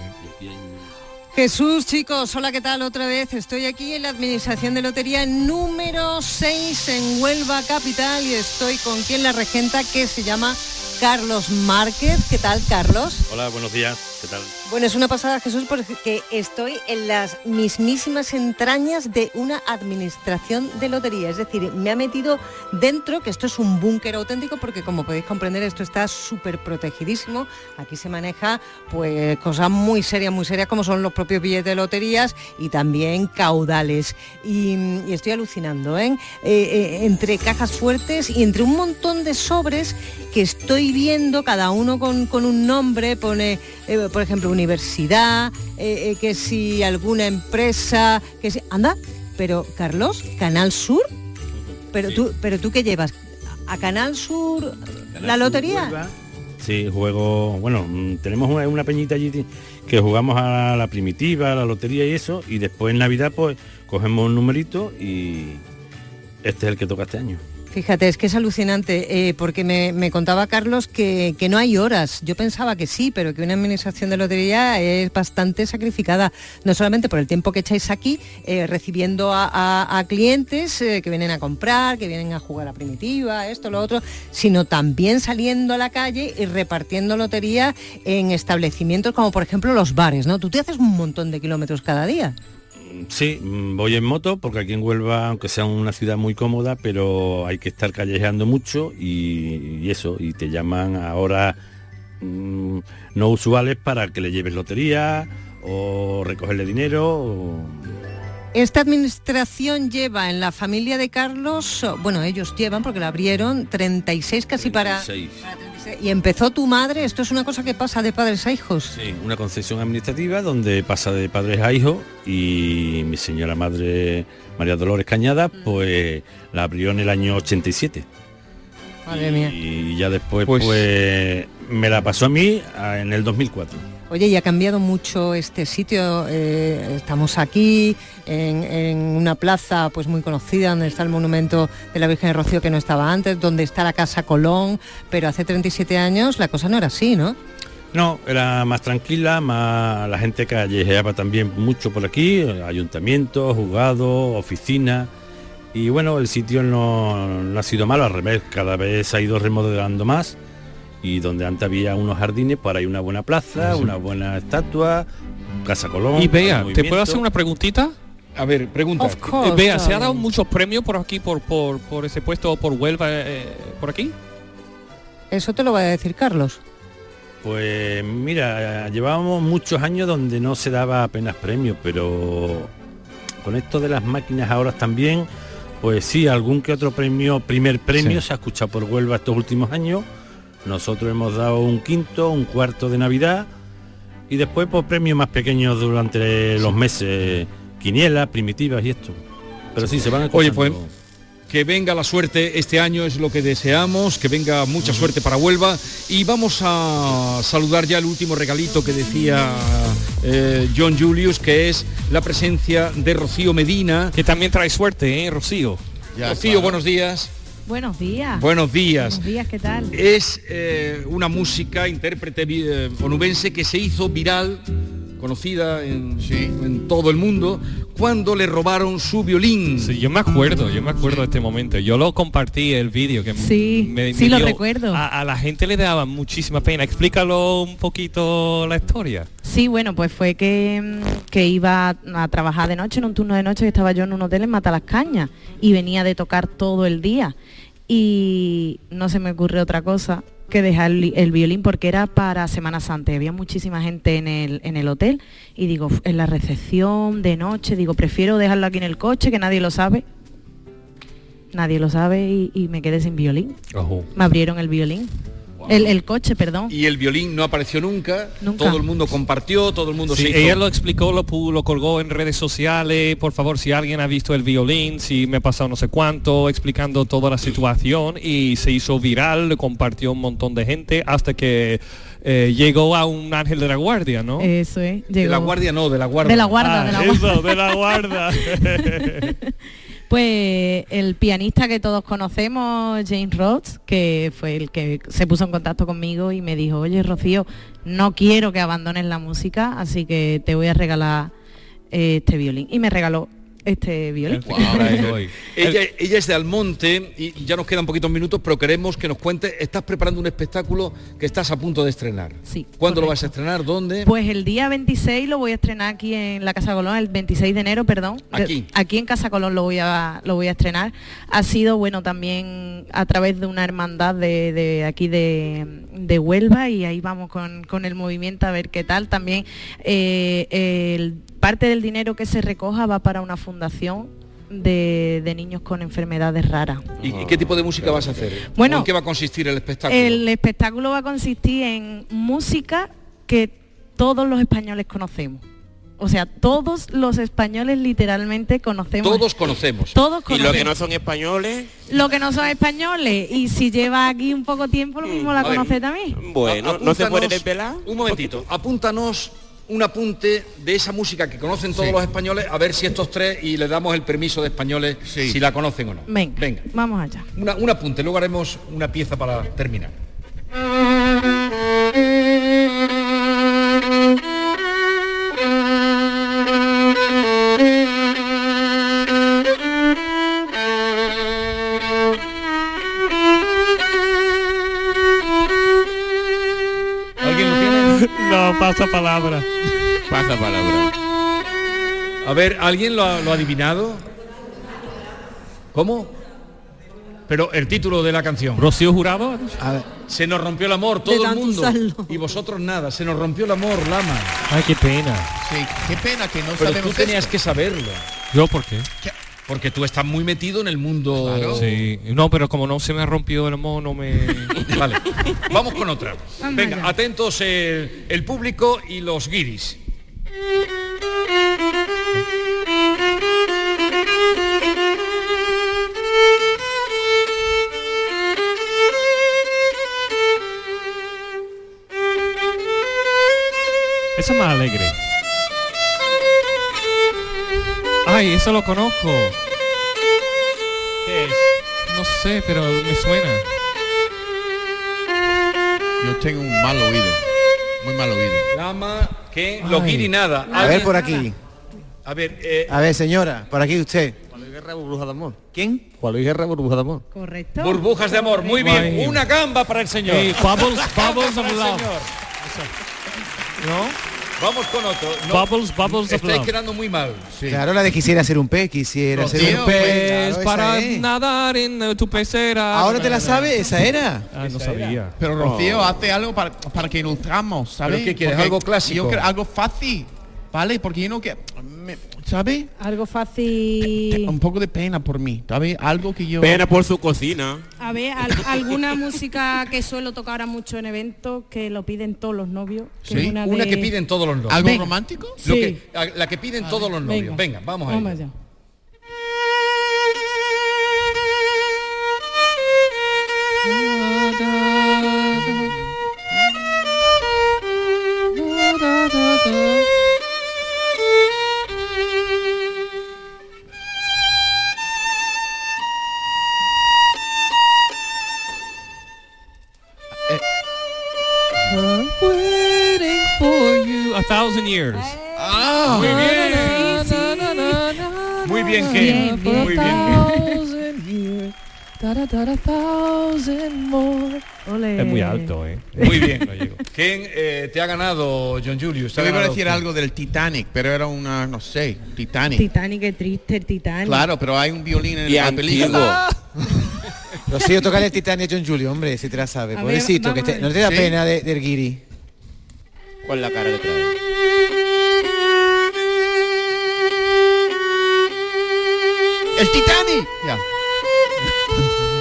Speaker 25: Jesús, chicos, hola, ¿qué tal otra vez? Estoy aquí en la Administración de Lotería número 6 en Huelva Capital y estoy con quien la regenta que se llama Carlos Márquez. ¿Qué tal, Carlos?
Speaker 26: Hola, buenos días. ¿Qué tal?
Speaker 25: Bueno, es una pasada, Jesús, porque estoy en las mismísimas entrañas de una administración de lotería. Es decir, me ha metido dentro, que esto es un búnker auténtico, porque como podéis comprender, esto está súper protegidísimo. Aquí se maneja pues cosas muy serias, muy serias, como son los propios billetes de loterías y también caudales. Y, y estoy alucinando, ¿eh? Eh, eh, Entre cajas fuertes y entre un montón de sobres que estoy viendo, cada uno con, con un nombre, pone, eh, por ejemplo, universidad, eh, eh, que si alguna empresa, que si... Anda, pero Carlos, Canal Sur, pero, tú, pero tú qué llevas, a Canal Sur la
Speaker 26: Sur,
Speaker 25: lotería.
Speaker 26: Huelva,
Speaker 27: Sí, juego, bueno, mm, tenemos una, una peñita allí ti- que jugamos a la primitiva, a la lotería y eso, y después en Navidad pues cogemos un numerito y este es el que toca este año.
Speaker 25: Fíjate, es que es alucinante, eh, porque me, me contaba Carlos que, que no hay horas. Yo pensaba que sí, pero que una administración de lotería es bastante sacrificada, no solamente por el tiempo que echáis aquí, eh, recibiendo a, a- a clientes eh, que vienen a comprar, que vienen a jugar a primitiva, esto, lo otro, sino también saliendo a la calle y repartiendo lotería en establecimientos como por ejemplo los bares, ¿no? Tú te haces un montón de kilómetros cada día.
Speaker 27: Sí, mm, voy en moto porque aquí en Huelva, aunque sea una ciudad muy cómoda, pero hay que estar callejeando mucho y, y eso, y te llaman a horas mm, no usuales para que le lleves lotería o recogerle dinero. o-
Speaker 25: Esta administración lleva en la familia de Carlos, bueno, ellos llevan porque la abrieron 36 casi para
Speaker 27: Seis.
Speaker 25: y empezó tu madre, esto es una cosa que pasa de padres a hijos.
Speaker 27: Sí, una concesión administrativa donde pasa de padres a hijos y mi señora madre María Dolores Cañada pues la abrió en el año 87
Speaker 25: Madre mía.
Speaker 27: y ya después pues, me la pasó a mí a- en el 2004.
Speaker 25: Oye, y ha cambiado mucho este sitio. eh, estamos aquí en, en una plaza pues muy conocida donde está el monumento de la Virgen de Rocío que no estaba antes, donde está la Casa Colón, pero hace 37 años la cosa no era así, ¿no?
Speaker 27: No, era más tranquila, más la gente callejeaba también mucho por aquí, ayuntamientos, juzgados, oficinas. Y bueno, el sitio no, no ha sido malo, al revés, cada vez se ha ido remodelando más. Y donde antes había unos jardines, pues ahora hay una buena plaza, una buena estatua, Casa Colón.
Speaker 8: Y Bea,
Speaker 27: hay
Speaker 8: ¿te puedo
Speaker 27: movimiento.
Speaker 8: hacer una preguntita?
Speaker 6: A ver, pregunta.
Speaker 8: Eh, Bea, ¿se ha dado muchos premios por aquí, por, por, por ese puesto, por Huelva, eh, por aquí?
Speaker 25: Eso te lo va a decir Carlos.
Speaker 27: Pues mira, llevábamos muchos años donde no se daba apenas premio, pero con esto de las máquinas ahora también, pues sí, algún que otro premio, primer premio se ha escuchado por Huelva estos últimos años. Nosotros hemos dado un quinto, un cuarto de Navidad y después por premios más pequeños durante los meses, quinielas, primitivas y esto. Pero sí, se van a
Speaker 6: Oye, pues que venga la suerte este año es lo que deseamos, que venga mucha suerte para Huelva y vamos a saludar ya el último regalito que decía eh, John Julius, que es la presencia de Rocío Medina.
Speaker 8: Que también trae suerte, ¿eh, Rocío?
Speaker 6: Rocío, buenos días.
Speaker 11: Buenos días.
Speaker 6: Buenos días.
Speaker 11: Buenos días, ¿qué tal?
Speaker 6: Es eh, una música, intérprete vi- eh, onubense que se hizo viral, conocida en, en todo el mundo, cuando le robaron su violín.
Speaker 8: Sí, yo me acuerdo, yo me acuerdo de este momento. Yo lo compartí el vídeo que sí, me,
Speaker 11: sí, lo
Speaker 8: dio-
Speaker 11: recuerdo.
Speaker 8: A, a la gente le daba muchísima pena. Explícalo un poquito la historia.
Speaker 11: Sí, bueno, pues fue que, mm, que iba a trabajar de noche, en un turno de noche, que estaba yo en un hotel en Matalascañas y venía de tocar todo el día. Y no se me ocurre otra cosa que dejar el, el violín porque era para Semana Santa. y Había muchísima gente en el, en el hotel y digo, "Uf, en la recepción, de noche, digo, prefiero dejarlo aquí en el coche, que nadie lo sabe. Nadie lo sabe y, y me quedé sin violín. Me abrieron el violín. El, el coche, perdón.
Speaker 6: Y el violín no apareció nunca,
Speaker 11: Nunca.
Speaker 6: todo el mundo compartió, todo el mundo
Speaker 8: Sí,
Speaker 6: se hizo.
Speaker 8: ella lo explicó, lo, pu- lo colgó en redes sociales. Por favor, si alguien ha visto el violín, si me ha pasado no sé cuánto, explicando toda la situación y se hizo viral, lo compartió un montón de gente hasta que eh, llegó a un ángel de la guardia, ¿no? Ah,
Speaker 11: Eso es.
Speaker 6: De la
Speaker 11: Eh, llegó.
Speaker 6: guardia no, de la guardia.
Speaker 11: De la guarda, de la guarda.
Speaker 8: Eso, de la guarda.
Speaker 11: Pues el pianista que todos conocemos, James Rhodes, que fue el que se puso en contacto conmigo y me dijo, oye Rocío, no quiero que abandones la música, así que te voy a regalar eh, este violín. Y me regaló este violín.
Speaker 6: ella, ella es de Almonte y ya nos quedan poquitos minutos, pero queremos que nos cuente, estás preparando un espectáculo que estás a punto de estrenar.
Speaker 11: Sí,
Speaker 6: ¿Cuándo lo vas a estrenar? ¿Dónde?
Speaker 11: Pues el día 26 lo voy a estrenar aquí en la Casa Colón, el 26 de enero, perdón. De-
Speaker 6: Aquí.
Speaker 11: en Casa Colón lo voy a lo voy a estrenar. Ha sido bueno también a través de una hermandad de, de aquí de, de Huelva y ahí vamos con, con el movimiento a ver qué tal. También eh, el- parte del dinero que se recoja va para una fundación de, de niños con enfermedades raras.
Speaker 6: ¿Y, y qué tipo de música vas a hacer?
Speaker 11: Bueno,
Speaker 6: ¿O ¿En qué va a consistir el espectáculo?
Speaker 11: El espectáculo va a consistir en música que todos los españoles conocemos. o sea, todos los españoles literalmente conocemos.
Speaker 6: Todos conocemos.
Speaker 11: Todos
Speaker 6: Y
Speaker 11: conocemos.
Speaker 6: lo que no
Speaker 3: son españoles.
Speaker 11: Lo que no son españoles. Y si lleva aquí un poco tiempo, lo mismo la
Speaker 6: a ver.
Speaker 11: conoce también.
Speaker 3: Bueno, no se puede desvelar.
Speaker 6: Un momentito, apúntanos un apunte de esa música que conocen todos los españoles, a ver si estos tres y le damos el permiso de españoles si la conocen o no.
Speaker 11: Venga,
Speaker 6: Venga.
Speaker 11: vamos allá.
Speaker 6: Una- un apunte, luego haremos una pieza para terminar.
Speaker 27: ¿Alguien lo tiene? No, pasa palabra.
Speaker 3: Pasa palabra.
Speaker 6: A ver, ¿alguien lo ha, lo ha adivinado? ¿Cómo? Pero el título de la canción.
Speaker 27: ¿Rocío Jurado?
Speaker 6: Se nos rompió el amor, todo el
Speaker 7: tanto
Speaker 6: mundo.
Speaker 7: usarlo.
Speaker 6: Y vosotros nada, se nos rompió el amor, Lama.
Speaker 27: Ay, qué pena.
Speaker 7: Sí, qué pena que no
Speaker 6: Pero tú
Speaker 7: sabemos
Speaker 6: tenías
Speaker 7: esto.
Speaker 6: que saberlo.
Speaker 8: ¿Yo por qué?
Speaker 6: Porque tú estás muy metido en el mundo.
Speaker 8: Sí. No, pero como no se me ha rompido el amor, no me...
Speaker 6: vale. Vamos con otra.
Speaker 8: Vamos
Speaker 6: Venga,
Speaker 8: allá.
Speaker 6: atentos eh, el, público y los guiris.
Speaker 8: Esa es más alegre. Ay, eso lo conozco.
Speaker 6: ¿Qué es?
Speaker 8: No sé, pero me suena.
Speaker 7: Yo tengo un mal oído. Muy mal oído.
Speaker 6: Lama, que los
Speaker 12: Ay.
Speaker 6: guiris nada.
Speaker 12: A ver por aquí.
Speaker 6: A ver, eh,
Speaker 12: A ver, señora, por aquí usted.
Speaker 6: Burbujas de amor.
Speaker 12: ¿Quién? Juan Luis Guerra, Burbuja de Amor.
Speaker 11: Correcto.
Speaker 6: Burbujas de amor, muy bien.
Speaker 12: Ay.
Speaker 6: Una gamba para el señor.
Speaker 12: Sí, bubbles-
Speaker 6: Gamba
Speaker 12: bubbles
Speaker 6: para
Speaker 12: of
Speaker 6: el
Speaker 12: love.
Speaker 6: señor.
Speaker 8: ¿No?
Speaker 6: Vamos con otro.
Speaker 8: Bubbles, bubbles of
Speaker 6: Estáis
Speaker 8: love.
Speaker 6: quedando muy mal.
Speaker 12: Claro, la de quisiera ser un pez, quisiera ser
Speaker 8: Tío,
Speaker 12: un pez.
Speaker 8: pues,
Speaker 12: Claro, esa
Speaker 8: para
Speaker 12: es.
Speaker 8: nadar en eh, tu pecera.
Speaker 12: Ahora te la sabes, esa era.
Speaker 8: Ah, no sabía.
Speaker 7: Pero Rocío, hazte algo para, para que ilustramos, ¿sabes?
Speaker 8: ¿Pero qué quieres,
Speaker 7: Porque
Speaker 8: algo clásico?
Speaker 7: Yo quiero algo fácil, ¿vale? Porque yo no que ¿sabes?
Speaker 11: Algo fácil.
Speaker 7: Un poco de pena por mí, ¿sabes? Algo que yo...
Speaker 3: Pena por su cocina.
Speaker 1: A ver, al- alguna música que suelo tocar ahora mucho en eventos, que lo piden todos los novios. Que es
Speaker 6: Sí, una,
Speaker 1: de-
Speaker 6: que piden todos los novios.
Speaker 1: ¿Algo Venga.
Speaker 7: romántico?
Speaker 6: Lo
Speaker 1: Sí.
Speaker 6: que- a- la que piden
Speaker 1: A
Speaker 6: todos
Speaker 1: ver,
Speaker 6: los novios. Venga,
Speaker 1: venga.
Speaker 6: vamos
Speaker 1: Vamos
Speaker 6: a ello.
Speaker 1: allá.
Speaker 8: I'm waiting for you. A thousand years. Ah.
Speaker 7: Muy
Speaker 8: bien.
Speaker 6: Muy bien,
Speaker 8: na,
Speaker 6: Ken.
Speaker 8: na, na,
Speaker 6: Muy
Speaker 8: na,
Speaker 6: bien.
Speaker 8: Es muy alto, ¿eh?
Speaker 6: Muy bien. Ken, eh, te ha ganado John Julius. te ha
Speaker 7: Yo iba a
Speaker 6: ganado
Speaker 7: decir
Speaker 6: Ken.
Speaker 7: algo del Titanic, pero era una, no sé, Titanic.
Speaker 11: Titanic, qué triste el Titanic.
Speaker 7: Claro, pero hay un violín en
Speaker 11: Y
Speaker 7: la
Speaker 11: antiguo.
Speaker 7: película.
Speaker 1: Ah.
Speaker 12: Rocío, toca el Titania John Julio, hombre, si te la sabe.
Speaker 7: ver,
Speaker 12: Pobrecito, que
Speaker 7: vamos
Speaker 12: te-
Speaker 7: a ver.
Speaker 12: no te da
Speaker 7: Sí.
Speaker 12: pena de- del guiri.
Speaker 3: Con la cara detrás.
Speaker 7: ¡El Titanic! Ya.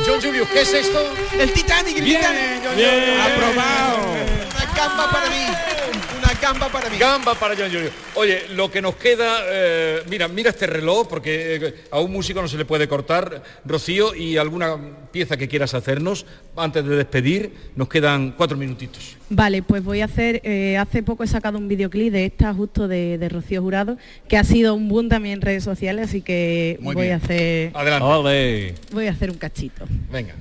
Speaker 6: John Julius, ¿qué es esto?
Speaker 7: ¡El Titanic! ¡El Titanic! John Julius. Una gamba para mí. Una gamba para mí.
Speaker 6: Gamba para John Julius. Oye, lo que nos queda, eh, mira, mira este reloj, porque eh, a un músico no se le puede cortar. Rocío, y alguna pieza que quieras hacernos, antes de despedir, nos quedan cuatro minutitos.
Speaker 11: Vale, pues voy a hacer, eh, hace poco he sacado un videoclip de esta justo de, de Rocío Jurado, que ha sido un boom también en redes sociales, así que
Speaker 8: Muy
Speaker 11: voy
Speaker 8: bien.
Speaker 11: a hacer
Speaker 6: Adelante.
Speaker 8: Ole. Ah,
Speaker 11: voy a hacer un cachito.
Speaker 6: Venga.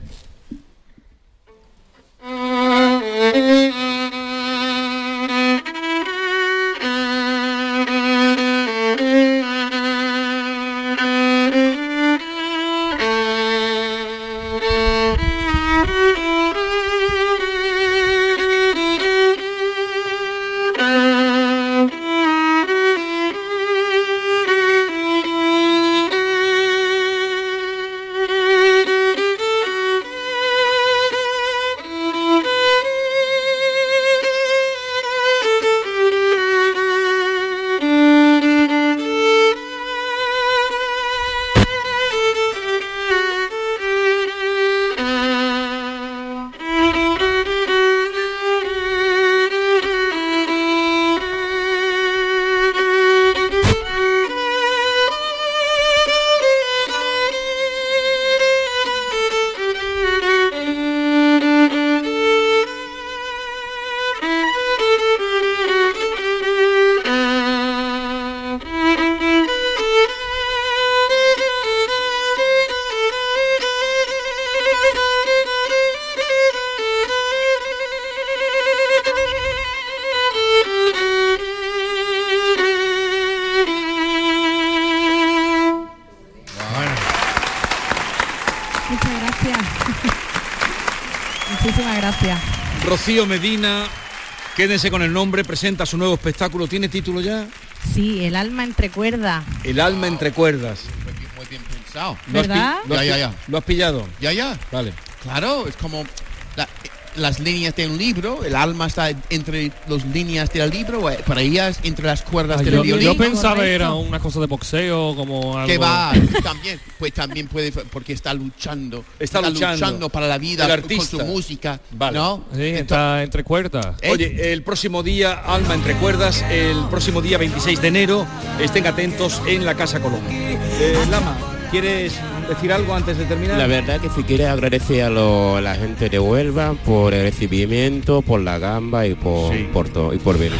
Speaker 13: Thank you.
Speaker 11: Muchísimas gracias.
Speaker 6: Rocío Medina, quédense con el nombre, presenta su nuevo espectáculo. ¿Tiene título ya?
Speaker 11: Sí, el alma entre cuerdas.
Speaker 6: El alma entre cuerdas. ¿Lo has pi-
Speaker 11: ¿Verdad?
Speaker 6: lo has
Speaker 7: Ya, ya,
Speaker 6: pi-
Speaker 7: ya.
Speaker 6: ¿Lo has pillado?
Speaker 7: Ya, ya.
Speaker 6: Vale.
Speaker 7: Claro, es como la- las líneas de un libro, el alma está entre las líneas del libro, eh, para ellas entre las cuerdas
Speaker 8: Ah,
Speaker 7: del
Speaker 8: yo,
Speaker 7: violín.
Speaker 8: yo pensaba era una cosa de boxeo como algo
Speaker 7: que va también pues también puede porque está luchando
Speaker 8: Está luchando.
Speaker 7: para la vida
Speaker 8: El
Speaker 7: con su
Speaker 8: artista.
Speaker 7: música
Speaker 6: Vale.
Speaker 7: no
Speaker 8: Sí, está entre cuerdas.
Speaker 6: Oye, el próximo día, Alma entre cuerdas, el próximo día 26 de enero, estén atentos en la Casa Coloma. Eh, Lama, ¿quieres decir algo antes de terminar?
Speaker 9: La verdad que si quieres agradecer a lo- la gente de Huelva por el recibimiento, por la gamba y por, por todo y por venir.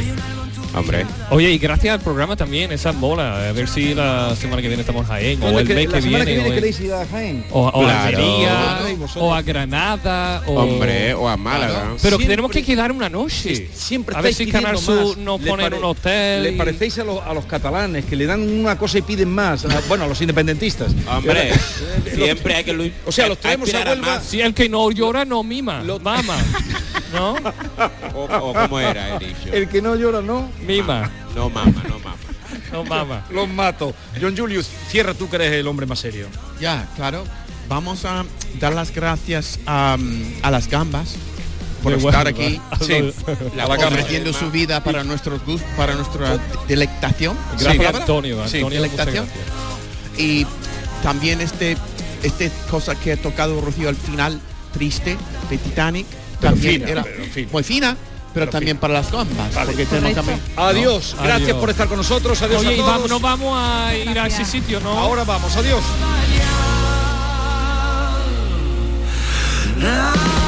Speaker 9: Hombre.
Speaker 8: Oye, y gracias al programa también, esa mola. A ver si la semana que viene estamos en Jaén
Speaker 6: Bueno,
Speaker 8: o el
Speaker 6: que-
Speaker 8: mes
Speaker 6: la
Speaker 8: que viene.
Speaker 6: semana que viene
Speaker 8: o el-
Speaker 6: queréis ir a Jaén.
Speaker 8: o, o a
Speaker 9: Claro.
Speaker 8: Almería,
Speaker 9: Ay,
Speaker 8: o a Granada, o...
Speaker 9: Hombre, o a Málaga.
Speaker 8: Pero
Speaker 6: Siempre-
Speaker 8: tenemos que quedar una noche.
Speaker 6: Siempre
Speaker 8: a ver si
Speaker 6: estáis
Speaker 8: Canal
Speaker 6: pidiendo
Speaker 8: Sur
Speaker 6: más.
Speaker 8: nos
Speaker 6: Les
Speaker 8: pone en
Speaker 6: pare-
Speaker 8: un hotel.
Speaker 6: Les
Speaker 8: y-
Speaker 6: parecéis a, los- a los catalanes que le dan una cosa y piden más. A- bueno, a los independentistas.
Speaker 9: Hombre,
Speaker 6: Eh, eh,
Speaker 9: siempre hay que lu-
Speaker 6: O sea, los traemos a
Speaker 9: aspirar a
Speaker 6: Huelva.
Speaker 9: más.
Speaker 8: Si el que no llora no mima, mama. ¿No?
Speaker 9: O, o cómo era,
Speaker 3: ¿eh?
Speaker 9: he dicho.
Speaker 6: El que no llora, no.
Speaker 8: Mima.
Speaker 9: No mama, no mama.
Speaker 8: No mama.
Speaker 6: Los mato. John Julius, cierra tú que eres el hombre más serio.
Speaker 7: Ya, claro. Vamos a dar las gracias a, a las gambas por
Speaker 6: De
Speaker 7: estar
Speaker 6: Huelva.
Speaker 7: aquí
Speaker 6: Sí.
Speaker 7: la,
Speaker 6: A la gamba.
Speaker 7: ofreciendo su vida para nuestro gu- para nuestra delectación. ¿Es la
Speaker 8: Gracias,
Speaker 7: palabra?
Speaker 8: Antonio.
Speaker 7: Sí,
Speaker 8: Antonio, muchas
Speaker 7: delectación.
Speaker 8: gracias.
Speaker 7: Y también este este cosa que ha tocado Rocío al final triste de Titanic
Speaker 6: Pero
Speaker 7: también
Speaker 6: fina,
Speaker 7: era
Speaker 6: pero fina.
Speaker 7: muy fina, pero, también para las gambas, porque tenemos también-
Speaker 6: Adiós.
Speaker 7: ¿no?
Speaker 6: Gracias por estar con nosotros. Adiós
Speaker 8: Oye,
Speaker 6: a
Speaker 8: y
Speaker 6: todos.
Speaker 8: vamos, nos vamos a ir a ese sitio, ¿no?
Speaker 6: Ahora vamos. Adiós.
Speaker 13: Ah.